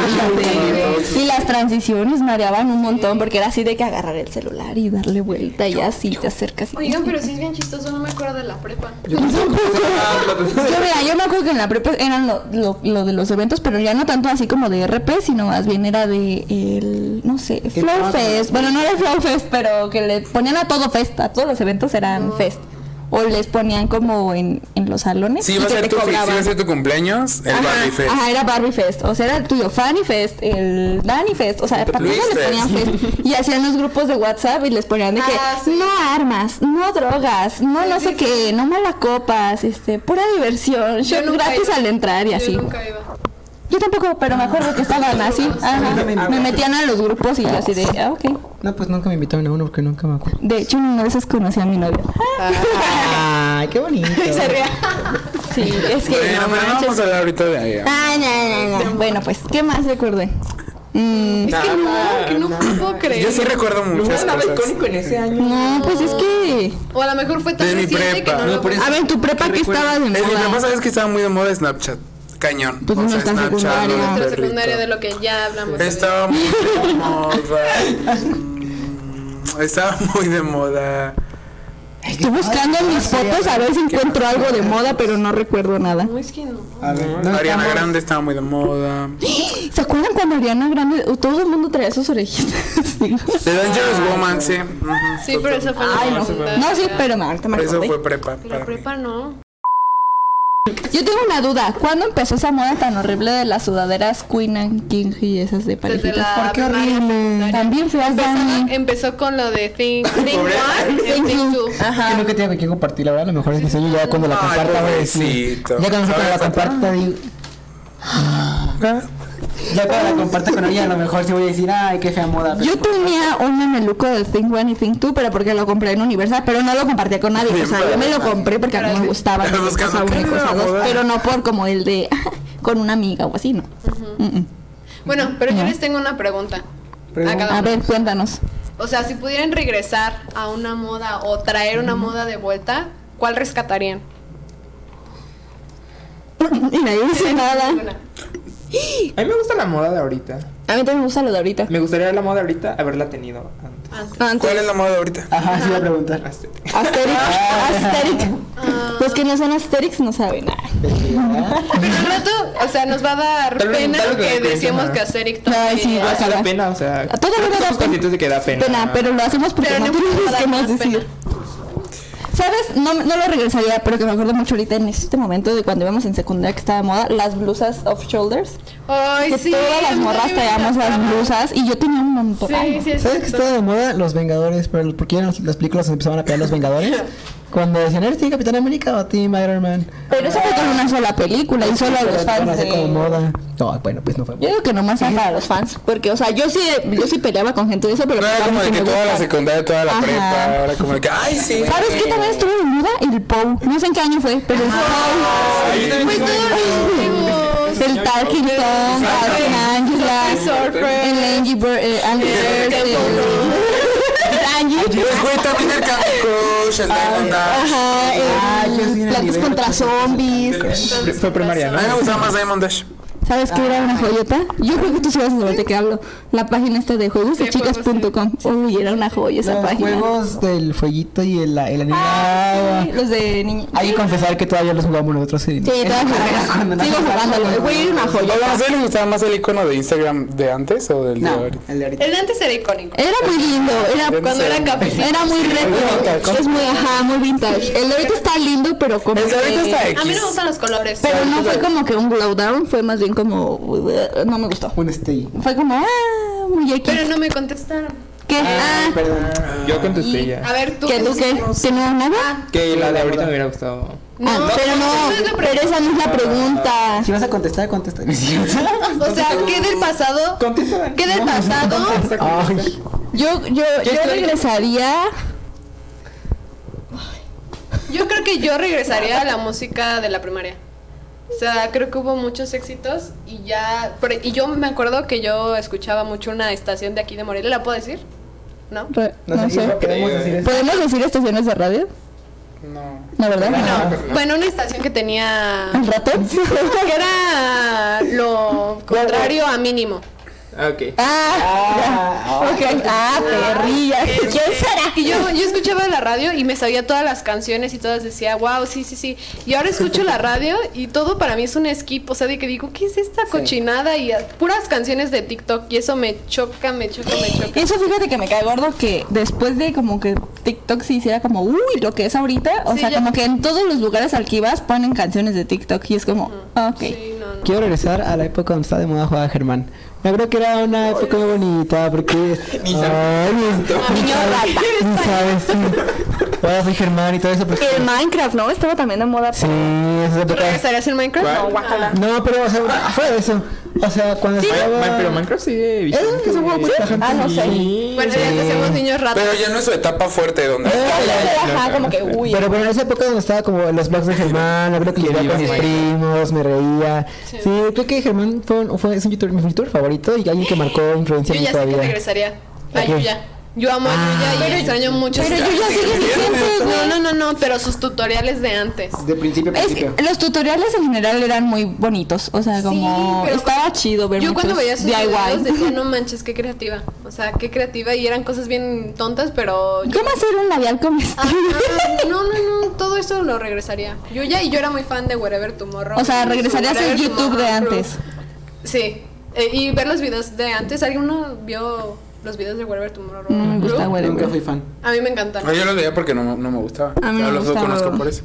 C: y las transiciones mareaban un montón porque era así de que agarrar el celular y darle vuelta y así te acercas. y-
F: Oigan, pero sí es bien chistoso, no me acuerdo de la prepa.
C: Yo, mira, yo me acuerdo que en la prepa eran lo, lo- lo de los eventos, pero ya no tanto así como de RP, sino más bien era de el, no sé, Flow Fest. Bueno, no era Flow Fest, pero que le ponían a todo fest, a todos los eventos eran fest. O les ponían como en, en los salones
D: Si
C: y
D: iba a
C: que
D: ser
C: te
D: tu, si
C: cobraban.
D: iba a ser tu cumpleaños, el
C: ajá,
D: Barbie Fest.
C: ajá, era Barbie Fest. O sea, era el tuyo, Fanny Fest, el Danny Fest. O sea, para
D: Luis
C: todos le ponían fest. Y hacían los grupos de WhatsApp y les ponían de que
F: Ah, sí.
C: no armas, no drogas, no no sé qué, no malacopas, este, pura diversión,
F: Yo
C: show
F: nunca
C: gratis
F: iba.
C: al entrar y así.
F: Yo nunca Ah, iba.
C: Yo tampoco, pero me acuerdo que estaban así. Ajá. Me metían a los grupos y yo así de, ah, ok.
B: No, pues nunca me invitaron a uno porque nunca me acuerdo.
C: De hecho, una vez conocí a mi novio.
F: Ah.
B: Ay, qué bonito.
C: Ah. Se ría. Sí, es que.
D: Bueno,
C: no
D: pero no
C: manches.
D: vamos a hablar ahorita de ahí.
C: Ay, no, no, no. Bueno, pues, ¿qué más recordé? Mm,
F: Es que no, que no puedo creer.
D: Yo sí recuerdo muchas cosas.
E: en ese año.
C: no, pues es que.
F: O a lo mejor fue tan
D: De mi
F: reciente que
D: prepa.
F: no,
D: No,
F: lo
D: por eso-
C: A ver, en tu prepa que estaba de
D: Es mi papá,
C: moda.
D: sabes que estaba muy de moda Snapchat. Cañón.
C: Pues uno está en secundaria.
D: un
F: nuestra
D: perrito.
F: secundaria de lo que ya hablamos.
D: Estaba muy de moda. Mm, Estaba muy de moda.
C: Estoy buscando en mis fotos a ver si encuentro algo de moda, pero no recuerdo nada.
F: No, es que no.
D: Ah,
B: A ver, no
D: Ariana
B: estamos-
D: Grande estaba muy de moda.
C: ¿Se acuerdan cuando Ariana Grande, uh, todo el mundo traía sus orejitas? Digo.
D: The Dangerous Woman, sí. Ujú,
F: Sí, pero eso fue en la
C: Ay, no.
F: secundaria.
C: No, sí, pero no, ahorita me
D: Eso
C: acordé.
D: fue prepa.
F: La
D: para mí.
F: prepa no.
C: Yo tengo una duda. ¿Cuándo empezó esa moda tan horrible de las sudaderas Queen and King y esas de
F: Desde
C: parejitas?
F: la
B: qué
F: primaria,
B: horrible?
F: secundaria.
C: También feas,
F: Empezó,
C: Dani.
F: empezó con lo de Think, think One
C: Think
F: and Think
C: Two. Ah.
F: Two.
B: Es que nunca tenía con quién compartir, la verdad. A lo mejor es diseño ya cuando la
D: Ay,
B: comparta, voy a decir.
D: pobrecito.
B: Ya cuando nosotros la
D: ¿Sabes?
B: comparta, digo.
E: Ah.
B: Ya cuando la comparta con ella, a lo mejor sí voy a decir, ay, qué fea moda. pero-
C: Yo tenía un mameluco de Think One y Think Two, pero porque lo compré en Universal, pero no lo compartía con nadie. O sea, yo me lo compré porque a mí me gustaba.
D: Pero buscando
C: cosa uno y
D: qué
C: cosa
D: era
C: dos,
D: moda.
C: Pero no por como el de con una amiga o así, ¿no? Mm, Mm-mm.
F: Bueno, pero yo les tengo una pregunta. A cada
C: A
F: uno.
C: ver, cuéntanos.
F: O sea, si pudieran regresar a una moda o traer una moda de vuelta, ¿cuál rescatarían?
C: Y nadie dice nada.
F: Ninguna.
E: A mí me gusta la moda de ahorita.
C: A mí también me gusta lo de ahorita.
E: Me gustaría la moda de ahorita haberla tenido antes.
F: Antes.
C: Antes.
D: ¿Cuál es la moda
C: Ah,
D: ahorita?
B: Ajá, sí, voy a preguntar.
E: Hasta-
C: Asterix. Asterix.
F: Ah.
C: Los que no son Asterix no saben.
F: Pero al rato, o sea, nos va a dar
E: Tal vez-
F: pena
E: tal vez
F: que
E: me cuente,
F: decíamos
E: ¿no?
F: que hacer Icto.
C: Ay, sí,
E: Ah,
C: vas
E: sí, da
C: a
E: pena, o sea.
C: A todo mundo da
E: somos
C: pena.
E: conscientes de que da pena.
C: pena, pero lo hacemos porque
F: Pero
C: no
F: no
C: tenemos
F: importa,
C: que más
F: da
C: decir. ¿Sabes? No, no lo regresaría, pero que me acuerdo mucho ahorita en este momento de cuando íbamos en secundaria que estaba de moda, las blusas off shoulders.
F: Ay,
C: que
F: sí.
C: todas las morras traíamos las blusas y yo tenía un montón.
F: Sí, sí, es
B: ¿Sabes que
F: cierto.
B: estaba de moda? Los Vengadores, pero porque eran las- las películas empezaban a pegar los Vengadores. Cuando decían, ¿eres Team Capitán América o Team Iron Man?
C: Pero eso fue con una sola película y solo a los
B: Pero
C: fans.
B: así como
C: de-
B: moda. No, bueno, pues no fue
C: Yo digo que nomás era para los fans, porque, o sea, yo sí, yo sí peleaba con gente de eso, pero
D: No
C: pues,
D: era
C: a mí
D: Ah, como de
C: sí
D: que
C: me
D: toda la
C: gusta.
D: secundaria, toda la
C: Ajá.
D: prepa. Era como de que, ay, sí.
C: ¿Sabes qué también estuvo de moda? El POW. No sé en qué año fue, pero
D: Ah,
C: el POW.
F: Pues todos los
C: El Tarkington, Tarkin Angela, el Angie Bird, eh, Angry Birds, el- el Angie.
D: Pues, güey, también el Candy Crush, el Diamond Dash.
C: Ajá, el
B: yo sí en el
C: Plantas
B: nivel
C: contra Zombies.
E: Fue primaria, ¿no?
B: Ah,
D: A mí me gustaba más Diamond Dash.
C: ¿Sabes qué era una joyota? Yo creo que tú sabes sobre qué hablo. La página esta de juegos de chicas.com. Uy, era una joya esa
B: Los
C: página.
B: juegos del fueguito y el, el anillo.
C: Ah, sí, los de niños.
B: Hay que confesar que todavía los jugamos nosotros en,
C: Sí,
B: en
C: todas
B: carreras cuando
C: jugando. Sigo
B: nacimos.
C: jugándolo. Güey, era una joya.
D: Oigan, ¿a ustedes les gustaba más el icono de Instagram de antes o del de
B: No,
D: ahorita?
B: el de ahorita.
F: El de antes era icónico.
C: Era muy lindo, era
F: Cuando era cafecito.
C: era muy retro, es muy ajá, muy vintage. El de ahorita está lindo, pero como
D: El de ahorita
C: que-
D: está
F: A mí no
D: X.
F: me gustan los colores.
C: Pero no fue como que un glow down, fue más bien como uh, no me gustó.
B: Un stay.
C: Fue como ah, muy X.
F: Pero no me contestaron.
C: ¿Qué? Ah,
B: Perdón.
E: Yo contesté ya.
B: ah,
F: A ver, tú.
C: ¿qué tú qué? ¿Que no nada?
E: Que la de ahorita me hubiera gustado.
C: Ah,
F: No,
C: pero
F: eso es
C: no,
F: lo
C: pero esa no es la pregunta.
B: Si vas a contestar, contesta. ¿No es cierto?
F: O sea, ¿qué del pasado?
B: Contesta.
F: ¿Qué del pasado?
B: Ay.
C: Yo yo yo regresaría
F: Yo creo que yo regresaría a la música de la primaria. O sea, creo que hubo muchos éxitos y ya... pero- y yo me acuerdo que yo escuchaba mucho una estación de aquí de Morelia, ¿la puedo decir? ¿No?
C: re-
B: No,
C: no sé.
B: podemos decir eso.
C: ¿Podemos decir estaciones de radio?
D: No.
C: No, ¿verdad?
F: Bueno, una estación que tenía...
C: ¿Al rato?
F: Que era lo contrario a mínimo.
E: Ah, ok.
C: Ah, ya. ok. Ah, perrilla. ¿Quién será?
F: Y yo, yo escuchaba la radio y me sabía todas las canciones y todas decía, wow, sí, sí, sí. Y ahora escucho la radio y todo para mí es un skip. O sea, de que digo, ¿qué es esta cochinada? Y a- puras canciones de TikTok. Y eso me choca, me choca, me choca.
C: Eso fíjate que me cae gordo que después de como que TikTok se hiciera como, uy, lo que es ahorita, o
F: Sí,
C: sea,
F: ya.
C: como que en todos los lugares al que ibas ponen canciones de TikTok y es como, ok.
F: Sí, no, no.
B: Quiero regresar a la época donde estaba de moda jugar a Germán. Yo creo que era una época muy bonita porque. Ni sabes.
C: Ah,
B: Ni sabes. Ni sabes. sí. Ahora soy Germán y todo eso. Pero
C: El Minecraft, ¿no? Estaba también de moda.
B: Sí, esas
F: ¿Tú
B: épocas.
F: regresarías en Minecraft? No, guácala.
B: No, pero, o sea, fuera de eso. O sea, cuando estaba.
E: Ma- Pero Minecraft sigue vigente.
B: que se juega mucha gente.
C: Ah, no sé.
F: Bueno, ya que hacemos niños ratos.
D: Pero ya no es su etapa fuerte donde
C: Eh. Ajá, como que, uy. eh".
B: Pero bueno, en esa época donde estaba como en los blogs de Germán, yo creo que vivía con mis primos, me reía. Sí, creo que Germán fue, un- fue- es un youtuber, mi youtuber favorito y alguien que marcó influencia
F: Yo
B: en mi
F: ya sé que
B: todavía.
F: regresaría a
B: Ok.
F: Yuya. Yo amo a Yuya y extraño mucho.
C: Pero yo ya sigue vigente,
F: No,
C: güey.
F: no, no, no, pero sus tutoriales de antes.
B: De principio a
C: Es que los tutoriales en general eran muy bonitos, o sea, como
F: pero-
C: estaba chido ver
F: Yo cuando
C: muchos
F: veía sus
C: DIY.
F: videos decía, no manches, qué creativa. O sea, qué creativa y eran cosas bien tontas, pero... yo-
C: ¿Cómo hacer un labial
F: Ah,
C: comestible?
F: ah, no, no, no, todo eso lo regresaría. Yo ya, y yo era muy fan de Wherever Tomorrow.
C: O sea,
F: y
C: regresarías
F: su
C: al
F: Wherever
C: YouTube de
F: Tomorrow.
C: antes.
F: Sí, eh, y ver los videos de antes. ¿Alguno vio los videos de Wherever Tomorrow?
C: No Mm, me gusta, güey.
B: Nunca fui fan.
F: A mí me encantan.
D: No, yo lo leía porque no, no me gustaba.
C: A mí me
D: Pero los
C: gustaba.
D: conozco por eso.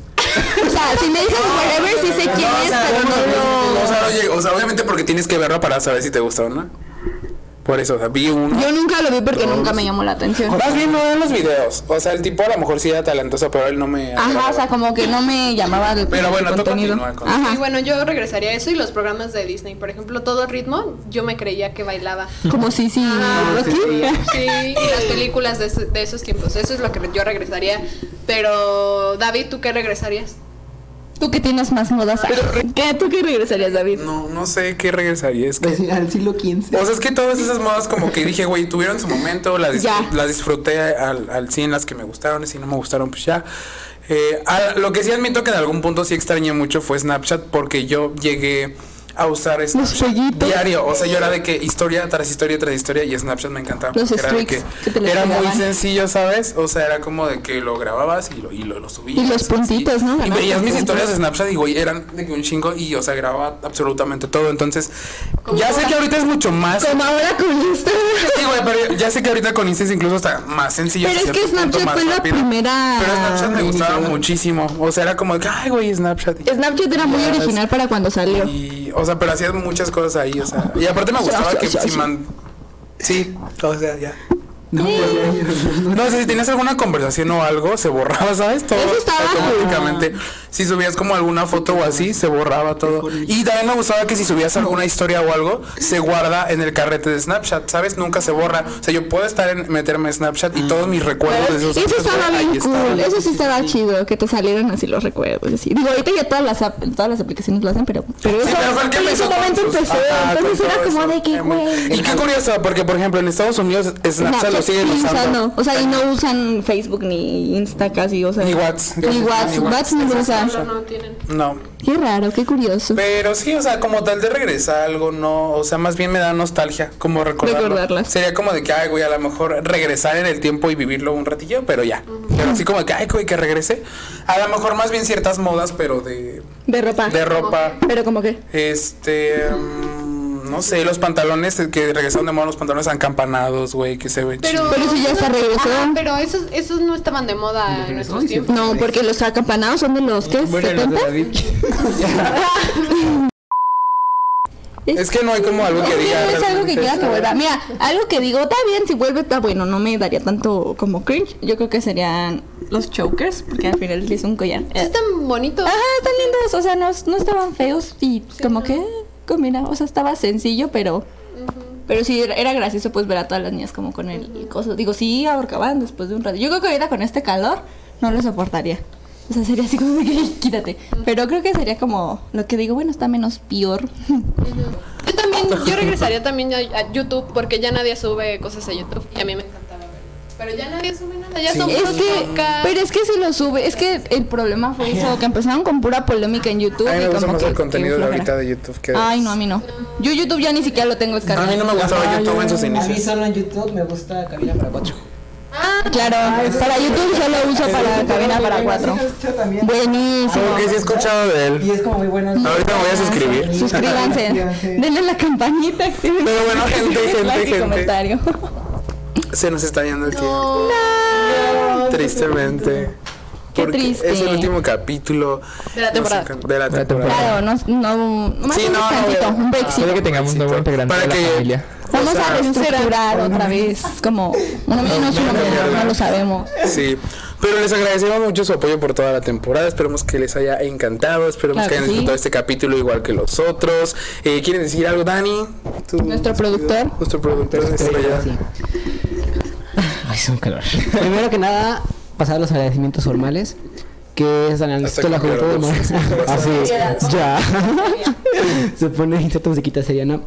C: O sea, si me dices whatever, sí sé quién es, pero no
D: O sea, oye, o sea, obviamente porque tienes que verlo para saber si te gusta o no. Por eso, o sea, vi uno.
C: lo. Yo nunca lo vi porque nunca me llamó la atención.
D: Más bien no en los videos. O sea, el tipo a lo mejor sí era talentoso, pero él no me.
C: Ajá, o sea, como que no me llamaba el
D: Pero bueno,
C: el
D: tú
C: contenido.
D: continúa con-
F: Y
C: Ajá.
F: bueno, yo regresaría a eso y los programas de Disney. Por ejemplo, todo ritmo, yo me creía que bailaba.
C: Como si sí.
D: pues
F: Ah,
C: pues ¿sí?
F: Sí, y las películas de, ese- de esos tiempos. Eso es lo que yo regresaría. Pero, David, ¿tú qué regresarías?
C: Tú que tienes más modas. ¿Qué? ¿Tú qué regresarías, David?
D: No, no sé qué regresaría. Es que.
B: Pues, Al siglo XV.
D: O sea, es que todas esas modas como que dije, güey, tuvieron su momento, las, dis-
C: Ya.
D: las disfruté al, al 100, las que me gustaron, y si no me gustaron, pues ya. Eh, a- lo que sí admito que en algún punto sí extrañé mucho fue Snapchat, porque yo llegué a usar Snapchat
C: fueguitos.
D: diario. O sea, yo era de que historia tras historia tras historia, y Snapchat me encantaba.
C: Los
D: porque era de
C: streaks
D: que
C: que te los
D: era muy
C: pegaban.
D: sencillo, ¿sabes? O sea, era como de que lo grababas y lo, y lo, lo subías.
C: Y los
D: así.
C: puntitos, ¿no?
D: Y
C: Ganabas
D: veías
C: los
D: mis historias
C: puntos.
D: de Snapchat y, güey, eran de que un chingo y, o sea, grababa absolutamente todo. Entonces, ya sé que ahorita es mucho más.
C: Como ahora con Instagram.
D: Sí, güey, pero ya sé que ahorita con Insta es incluso hasta más sencillo.
C: Pero
D: hasta
C: es que
D: cierto punto,
C: Snapchat
D: más
C: fue la
D: rápido.
C: primera-
D: Pero Snapchat me gustaba muchísimo. O sea, era como, de que, ay, güey, Snapchat.
C: Snapchat era muy
D: Ya,
C: original para cuando salió.
D: Y, o sea, pero hacías muchas cosas ahí, o sea. Y aparte me gustaba que si man. Sí, o sea, ya.
C: pues,
D: No sé si tenías alguna conversación o algo, se borraba, ¿sabes? Todo
C: Eso estaba cool.
D: automáticamente. Si subías como alguna foto o así, se borraba todo. Y también me gustaba que si subías alguna historia o algo, se guarda en el carrete de Snapchat, ¿sabes? Nunca se borra. O sea, yo puedo estar en meterme en Snapchat y todos mis recuerdos de esos
C: Mm. Eso
D: años,
C: estaba
D: güey, ahí
C: bien
D: estaban.
C: cool, eso sí estaba chido, que te salieron así los recuerdos. así. Digo, ahorita ya todas las, app- todas las aplicaciones lo hacen, pero, pero eso
D: pero fue el que
C: en
D: empezó
C: ese
D: con
C: momento
D: sus-
C: empezó,
D: ajá, con
C: entonces
D: todo
C: era como
D: eso.
C: de que,
D: Eh, muy-
C: güey.
D: Y qué curioso, porque por ejemplo en Estados Unidos Snapchat
C: Snapchat
D: lo lo siguen
C: sí,
D: usando.
C: O sea, y no usan Facebook ni Insta casi, o sea.
D: Ni Whats.
C: Ni Whats. Whats no lo usa.
F: No, no tienen.
D: No.
C: Qué raro, qué curioso.
D: Pero sí, o sea, como tal de regresar algo, no, o sea, más bien me da nostalgia, como recordarlo.
C: Recordarlas.
D: Sería como de que, ay, güey, a lo mejor regresar en el tiempo y vivirlo un ratillo, pero ya. Pero así como de que, ay, güey, que regrese. A lo mejor más bien ciertas modas, pero de,
C: De ropa.
D: de ropa.
C: Pero como que.
D: Este, mm, no sé, los pantalones que regresaron de moda, los pantalones encampanados, güey, que se ve
F: Pero,
C: Pero eso ya está regresó.
F: Ajá, pero esos, esos no estaban de moda en nuestros tiempos.
C: No, porque los acampanados son de los que
E: Bueno, los de David.
D: Es que no hay como algo que
C: Es
D: diga.
C: no es algo que
D: realmente.
C: quiera que vuelva. Mira, algo que digo, está bien, si vuelve, está bueno, no me daría tanto como cringe. Yo creo que serían los chokers, porque al final le hice un collar.
F: Sí
C: Eh,
F: Están bonitos.
C: Ajá, están lindos, o sea, no, no estaban feos y como que combinaba, o sea, estaba sencillo, pero... Pero sí, era- era gracioso pues ver a todas las niñas como con el coso. Digo, sí, ahorcaban después de un rato. Yo creo que ahorita con este calor no lo soportaría. O sea, sería así como de que quítate. Pero creo que sería como lo que digo, bueno, está menos peor.
F: Yo también, yo regresaría también a, a YouTube porque ya nadie sube cosas a YouTube y a mí me encantaba verlo. Pero ya nadie sube nada, ya son
C: Es
F: puros
C: que,
F: podcasts.
C: pero es que si lo sube, es que el problema fue eso, que empezaron con pura polémica en YouTube.
D: A mí me
C: y
D: gusta
C: como
D: más
C: que-
D: el contenido
C: que
D: de
C: flojera.
D: ahorita de YouTube que.
C: Ay, no, a mí no. Yo YouTube ya ni siquiera lo tengo
D: A
C: descargado.
D: mí no me
B: Ah,
D: gustaba YouTube en sus
B: A mí
D: inicios.
B: solo en YouTube me gusta Cabina para Cuatro.
F: Ah,
C: Claro, para YouTube solo uso para cabina para cuatro.
B: También.
C: Buenísimo.
D: Porque sí he escuchado de él.
B: Y es como muy bueno.
D: Ahorita me voy a suscribir.
C: Suscríbanse, denle la campanita, activen
D: Pero bueno, gente, gente,
C: like y
D: gente.
C: comentario.
D: Se nos está yendo el tiempo. Tristemente.
C: Qué
D: Porque
C: triste.
D: Es el último capítulo
F: De la temporada.
D: nos encan- de la
E: De
D: temporada.
E: la temporada.
C: Claro, no, no, más
D: Sí,
C: un
D: no, no,
C: descansito,
D: no.
C: un breakcito.
E: Puede que tengamos un nuevo integrante de
D: Para
E: la
D: que-
E: familia.
C: Vamos
D: O sea,
C: a reestructurar otra vez, como uno menos, uno menos, no lo sabemos.
D: Sí, pero les agradecemos mucho su apoyo por toda la temporada. Esperemos que les haya encantado. Esperemos
C: Claro
D: que hayan
C: que sí.
D: disfrutado este capítulo igual que los otros. Eh, ¿Quieren decir algo, Dani? Tú,
C: Nuestro productor.
D: Nuestro productor
B: Este,
D: este, estrella.
B: Ay, es un calor. Primero que nada, pasar los agradecimientos formales. Que es al
D: Hasta
B: Instituto de la
D: que
B: Juventud de
D: pierdas.
B: Morena. Así, ya. Se pone cierta musiquita seria, ¿no?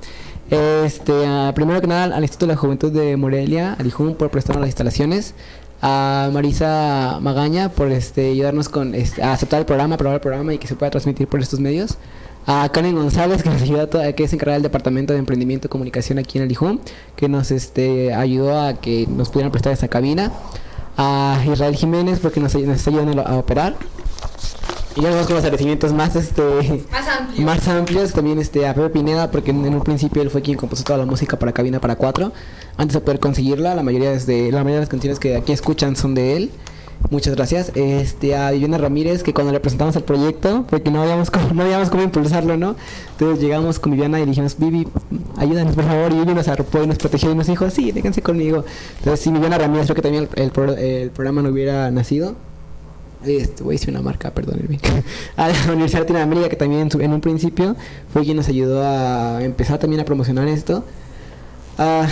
B: Este, ah, primero que nada, al Instituto de la Juventud de Morelia, al IJUM, por prestarnos las instalaciones. A Marisa Magaña por este, ayudarnos con este, a aceptar el programa, aprobar el programa y que se pueda transmitir por estos medios. A Karen González, que nos ayuda a to- que es encargada del Departamento de Emprendimiento y Comunicación aquí en el IJUM, que nos este, ayudó a que nos pudieran prestar esta cabina. A Israel Jiménez, porque nos, ay- nos está ayudando a operar. Y ya nos vamos con los agradecimientos más este
F: Más amplio.
B: más amplios también este a Pepe Pineda porque en, en un principio él fue quien compuso toda la música para Cabina para Cuatro antes de poder conseguirla la mayoría desde la mayoría de las canciones que aquí escuchan son de él muchas gracias este a Viviana Ramírez que cuando le presentamos el proyecto porque no habíamos cómo, no habíamos cómo impulsarlo no entonces llegamos con Viviana y le dijimos Vivi ayúdanos por favor y Vivi nos arropó y nos protegió y nos dijo sí déjense conmigo entonces sin Viviana Ramírez creo que también el, el pro- el programa no hubiera nacido este, voy a decir una marca, perdónenme. A la Universidad de Latinoamérica, que también en su- en un principio fue quien nos ayudó a empezar también a promocionar esto. Ah,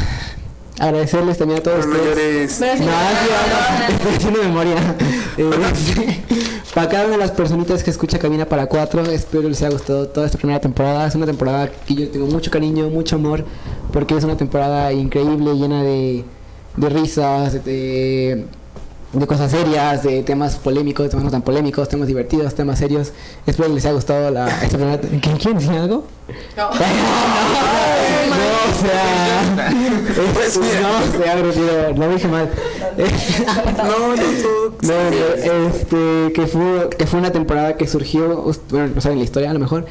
B: agradecerles también a todos
D: Pero no
B: ustedes.
D: llores.
B: No, sí, no, estoy haciendo memoria. Eh, para cada una de las personitas que escucha Camina para Cuatro, espero les haya gustado toda esta primera temporada. Es una temporada que yo tengo mucho cariño, mucho amor, porque es una temporada increíble, llena de, de risas, de, de cosas serias, de temas polémicos, temas no tan polémicos, temas divertidos, temas serios. Espero les haya gustado la, esta primera. ¿Qui- ¿Quieren decir algo? No, no, o sea,
D: Pues mira.
B: no, se ha agredido, lo dije mal. Ah,
D: No, no, tú.
B: No, no, este, que fue, que fue una temporada que surgió, us- bueno, no saben la historia a lo mejor,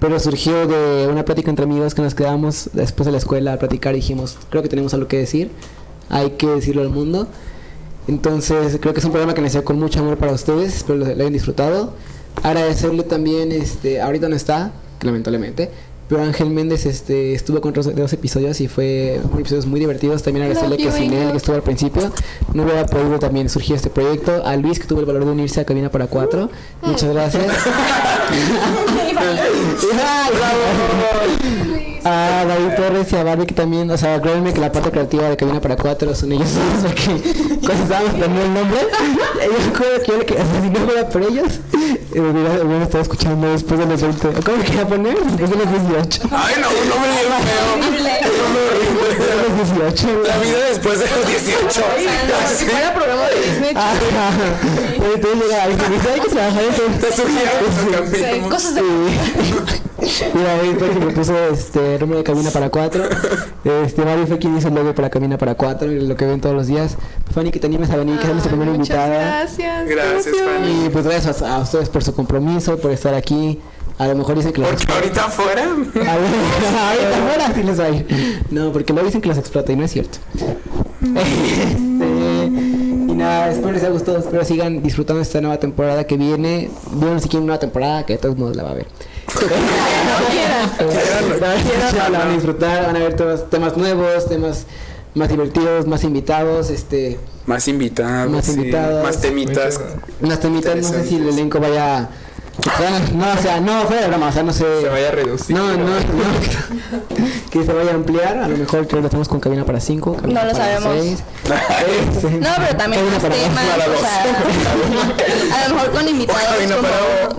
B: pero surgió de una plática entre amigos que nos quedamos después de la escuela a platicar y dijimos, creo que tenemos algo que decir, hay que decirlo al mundo. Entonces, creo que es un programa que nació con mucho amor para ustedes, espero lo, lo hayan disfrutado. Agradecerle también, este, ahorita no está, lamentablemente, pero Ángel Méndez este, estuvo con otros dos episodios y fue episodios muy divertidos. También agradecerle que sin él, que estuvo al principio, no hubiera podido también surgir este proyecto. A Luis, que tuvo el valor de unirse a Cabina para Cuatro, muchas gracias. Ay, a David Torres y a Barbie que también, o sea, créanme que la parte creativa de Cabina para Cuatro son ellos dos, porque cuando estábamos poniendo el nombre, yo creo que, yo, que o sea, si no fuera por ellos, eh, me hubiera, me hubiera estado escuchando después de los 20, ¿o ¿cómo que iba a poner? Después de los 18.
D: Ay, no, un hombre bien feo. Un hombre bien feo.
B: los 18.
D: La vida después de los 18.
J: Si fuera programa de Disney,
B: Ah, Ajá. Entonces llega alguien que me dice, hay que trabajar en
D: Te sugirieron tu
J: eh,
D: camino.
J: cosas de.
B: Sí. Mira, ahí fue quien me puso este número de cabina para cuatro. Este Mario fue quien hizo el logo para cabina para cuatro, y lo que ven todos los días. Fanny, que te animes a venir, que seas nuestra
F: Ay,
B: primera
F: muchas
B: invitada.
F: gracias.
D: Gracias, Fanny.
B: Y pues gracias a, a ustedes por su compromiso, por estar aquí. A lo mejor dicen que los
D: Porque ahorita afuera.
B: a ver, ahorita fuera sí les doy. No, porque luego dicen que los explota y no es cierto. Este, y nada, espero les haya gustado, espero sigan disfrutando esta nueva temporada que viene. Bueno, si quieren una nueva temporada, que de todos modos la va a ver. La van a disfrutar, van a ver todos, temas nuevos, temas más divertidos, más invitados, este,
D: Más invitados.
B: Más
D: sí,
B: invitados.
D: Más temitas.
B: unas temitas, no sé si el
D: Interesantes.
B: elenco vaya... Ah, No, o sea, no, fuera de broma, o sea, no sé...
E: Se vaya a reducir.
B: No, no, no. que se vaya a ampliar. A lo mejor creo que estamos con cabina para 5.
C: No lo sabemos. No, pero también los temas, o sea, a lo mejor con invitados
D: Ojalá y no
C: como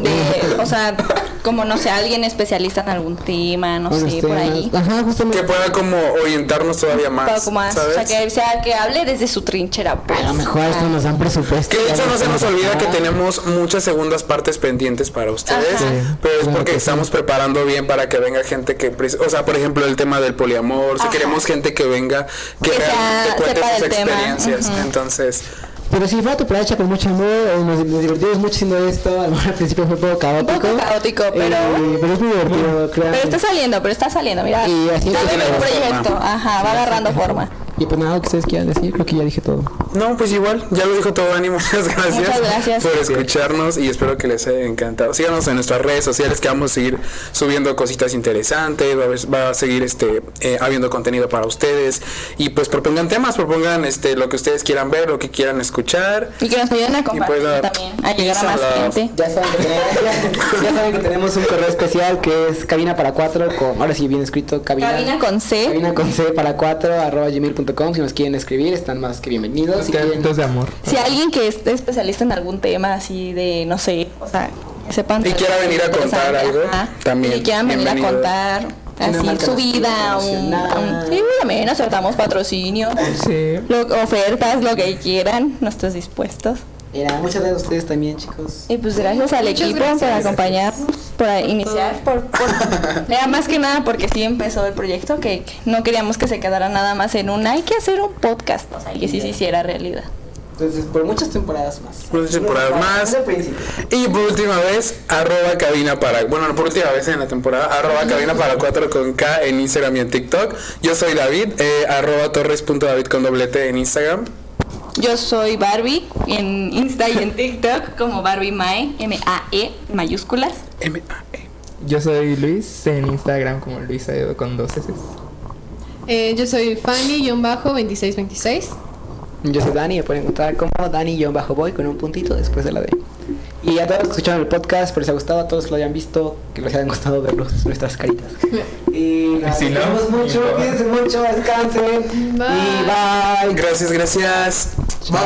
C: de, o sea, como no sé, alguien especialista en algún tema, no sé, Oh, por ahí.
B: Ajá, justamente.
D: Que pueda como orientarnos todavía
C: Pero
D: más.
C: como más, o
D: ¿sabes?
C: sea, que sea que hable desde su trinchera, pues.
B: A lo mejor esto nos dan presupuesto.
D: Que de hecho no se nos olvida que
B: Ajá.
D: tenemos muchas segundas partes pendientes para ustedes,
C: Ajá.
B: Sí,
D: pero es
B: claro
D: porque
B: que sí.
D: estamos preparando bien para que venga gente que, pre- o sea, por ejemplo, el tema del poliamor, si
C: Ajá.
D: queremos gente que venga, que,
C: Que sea-
D: realmente cuente
C: sepa
D: sus
C: del tema.
D: experiencias.
C: Ujú.
D: Entonces,
B: Pero sí, fue una temporada hecha con mucho amor. eh, nos, nos divertimos mucho haciendo esto. A lo mejor al principio fue un poco caótico.
C: poco caótico, pero-
B: eh, pero es muy divertido, claro.
C: Pero está saliendo, pero está saliendo, mira.
B: Y así
C: está
B: es.
C: viendo un proyecto, ajá, va agarrando forma.
B: Y pues nada, que ustedes quieran decir, creo que ya dije todo.
D: no, pues igual, ya lo dijo todo, Dani, muchas gracias,
C: Muchas gracias.
D: por escucharnos y espero que les haya encantado. Síganos en nuestras redes sociales que vamos a seguir subiendo cositas interesantes, va a, haber- va a seguir este eh, habiendo contenido para ustedes y pues propongan temas, propongan este lo que ustedes quieran ver, lo que quieran escuchar.
C: Y que nos ayuden a compartir
D: pues, la-
C: también, a llegar a
D: esa
C: más
D: la-
C: gente.
B: Ya saben, que tenemos, ya saben que tenemos un correo especial que es cabina para cuatro con, ahora sí bien escrito, cabina,
C: Cabina con C.
B: cabina con C para cuatro arroba gmail.com. Si nos quieren escribir, están más que bienvenidos. Si quieren,
E: Cantos de amor.
C: Si alguien que es especialista en algún tema así de, no sé, o sea, que sepan...
D: Y quiera venir a contar
C: interesante,
D: algo, también,
C: Y que quieran venir a
D: bienvenido.
C: contar
B: Una
C: así
B: marca
C: su vida, un,
B: nacional.
C: un- sí, también acertamos patrocinio,
E: Sí.
C: lo- ofertas, lo que quieran, nuestros dispuestos.
B: mira, muchas gracias a ustedes también, chicos.
C: Y pues gracias al
F: Muchas
C: equipo
F: gracias.
C: por acompañarnos, por iniciar, por, por Mira, más que nada porque sí empezó el proyecto que, que no queríamos que se quedara nada más en un hay que hacer un podcast, o sea, que sí se hiciera realidad.
B: Entonces, por muchas temporadas más.
D: Muchas temporadas más.
B: Desde el principio.
D: Y por última vez, arroba cabina para. Bueno, no por última vez en la temporada, arroba cabina para 4 con K en Instagram y en TikTok. Yo soy David, eh, arroba torres.david con doblete en Instagram.
C: Yo soy Barbie en Insta y en TikTok como Barbie Mae, M-A-E, mayúsculas.
D: M A E.
E: Yo soy Luis en Instagram como Luis Aedo con dos S.
J: Eh, yo soy Fanny-2626.
B: Yo soy Dani, me pueden encontrar como Dani-Boy con un puntito después de la D. Y a todos los que escucharon el podcast, por les ha gustado, a todos los que lo hayan visto, que les hayan gustado ver los- nuestras caritas. Y nada,
E: Si no,
B: nos vemos mucho,
E: ni modo.
B: cuídense mucho, descansen.
J: Bye.
B: Y bye.
D: Gracias, gracias. Bye.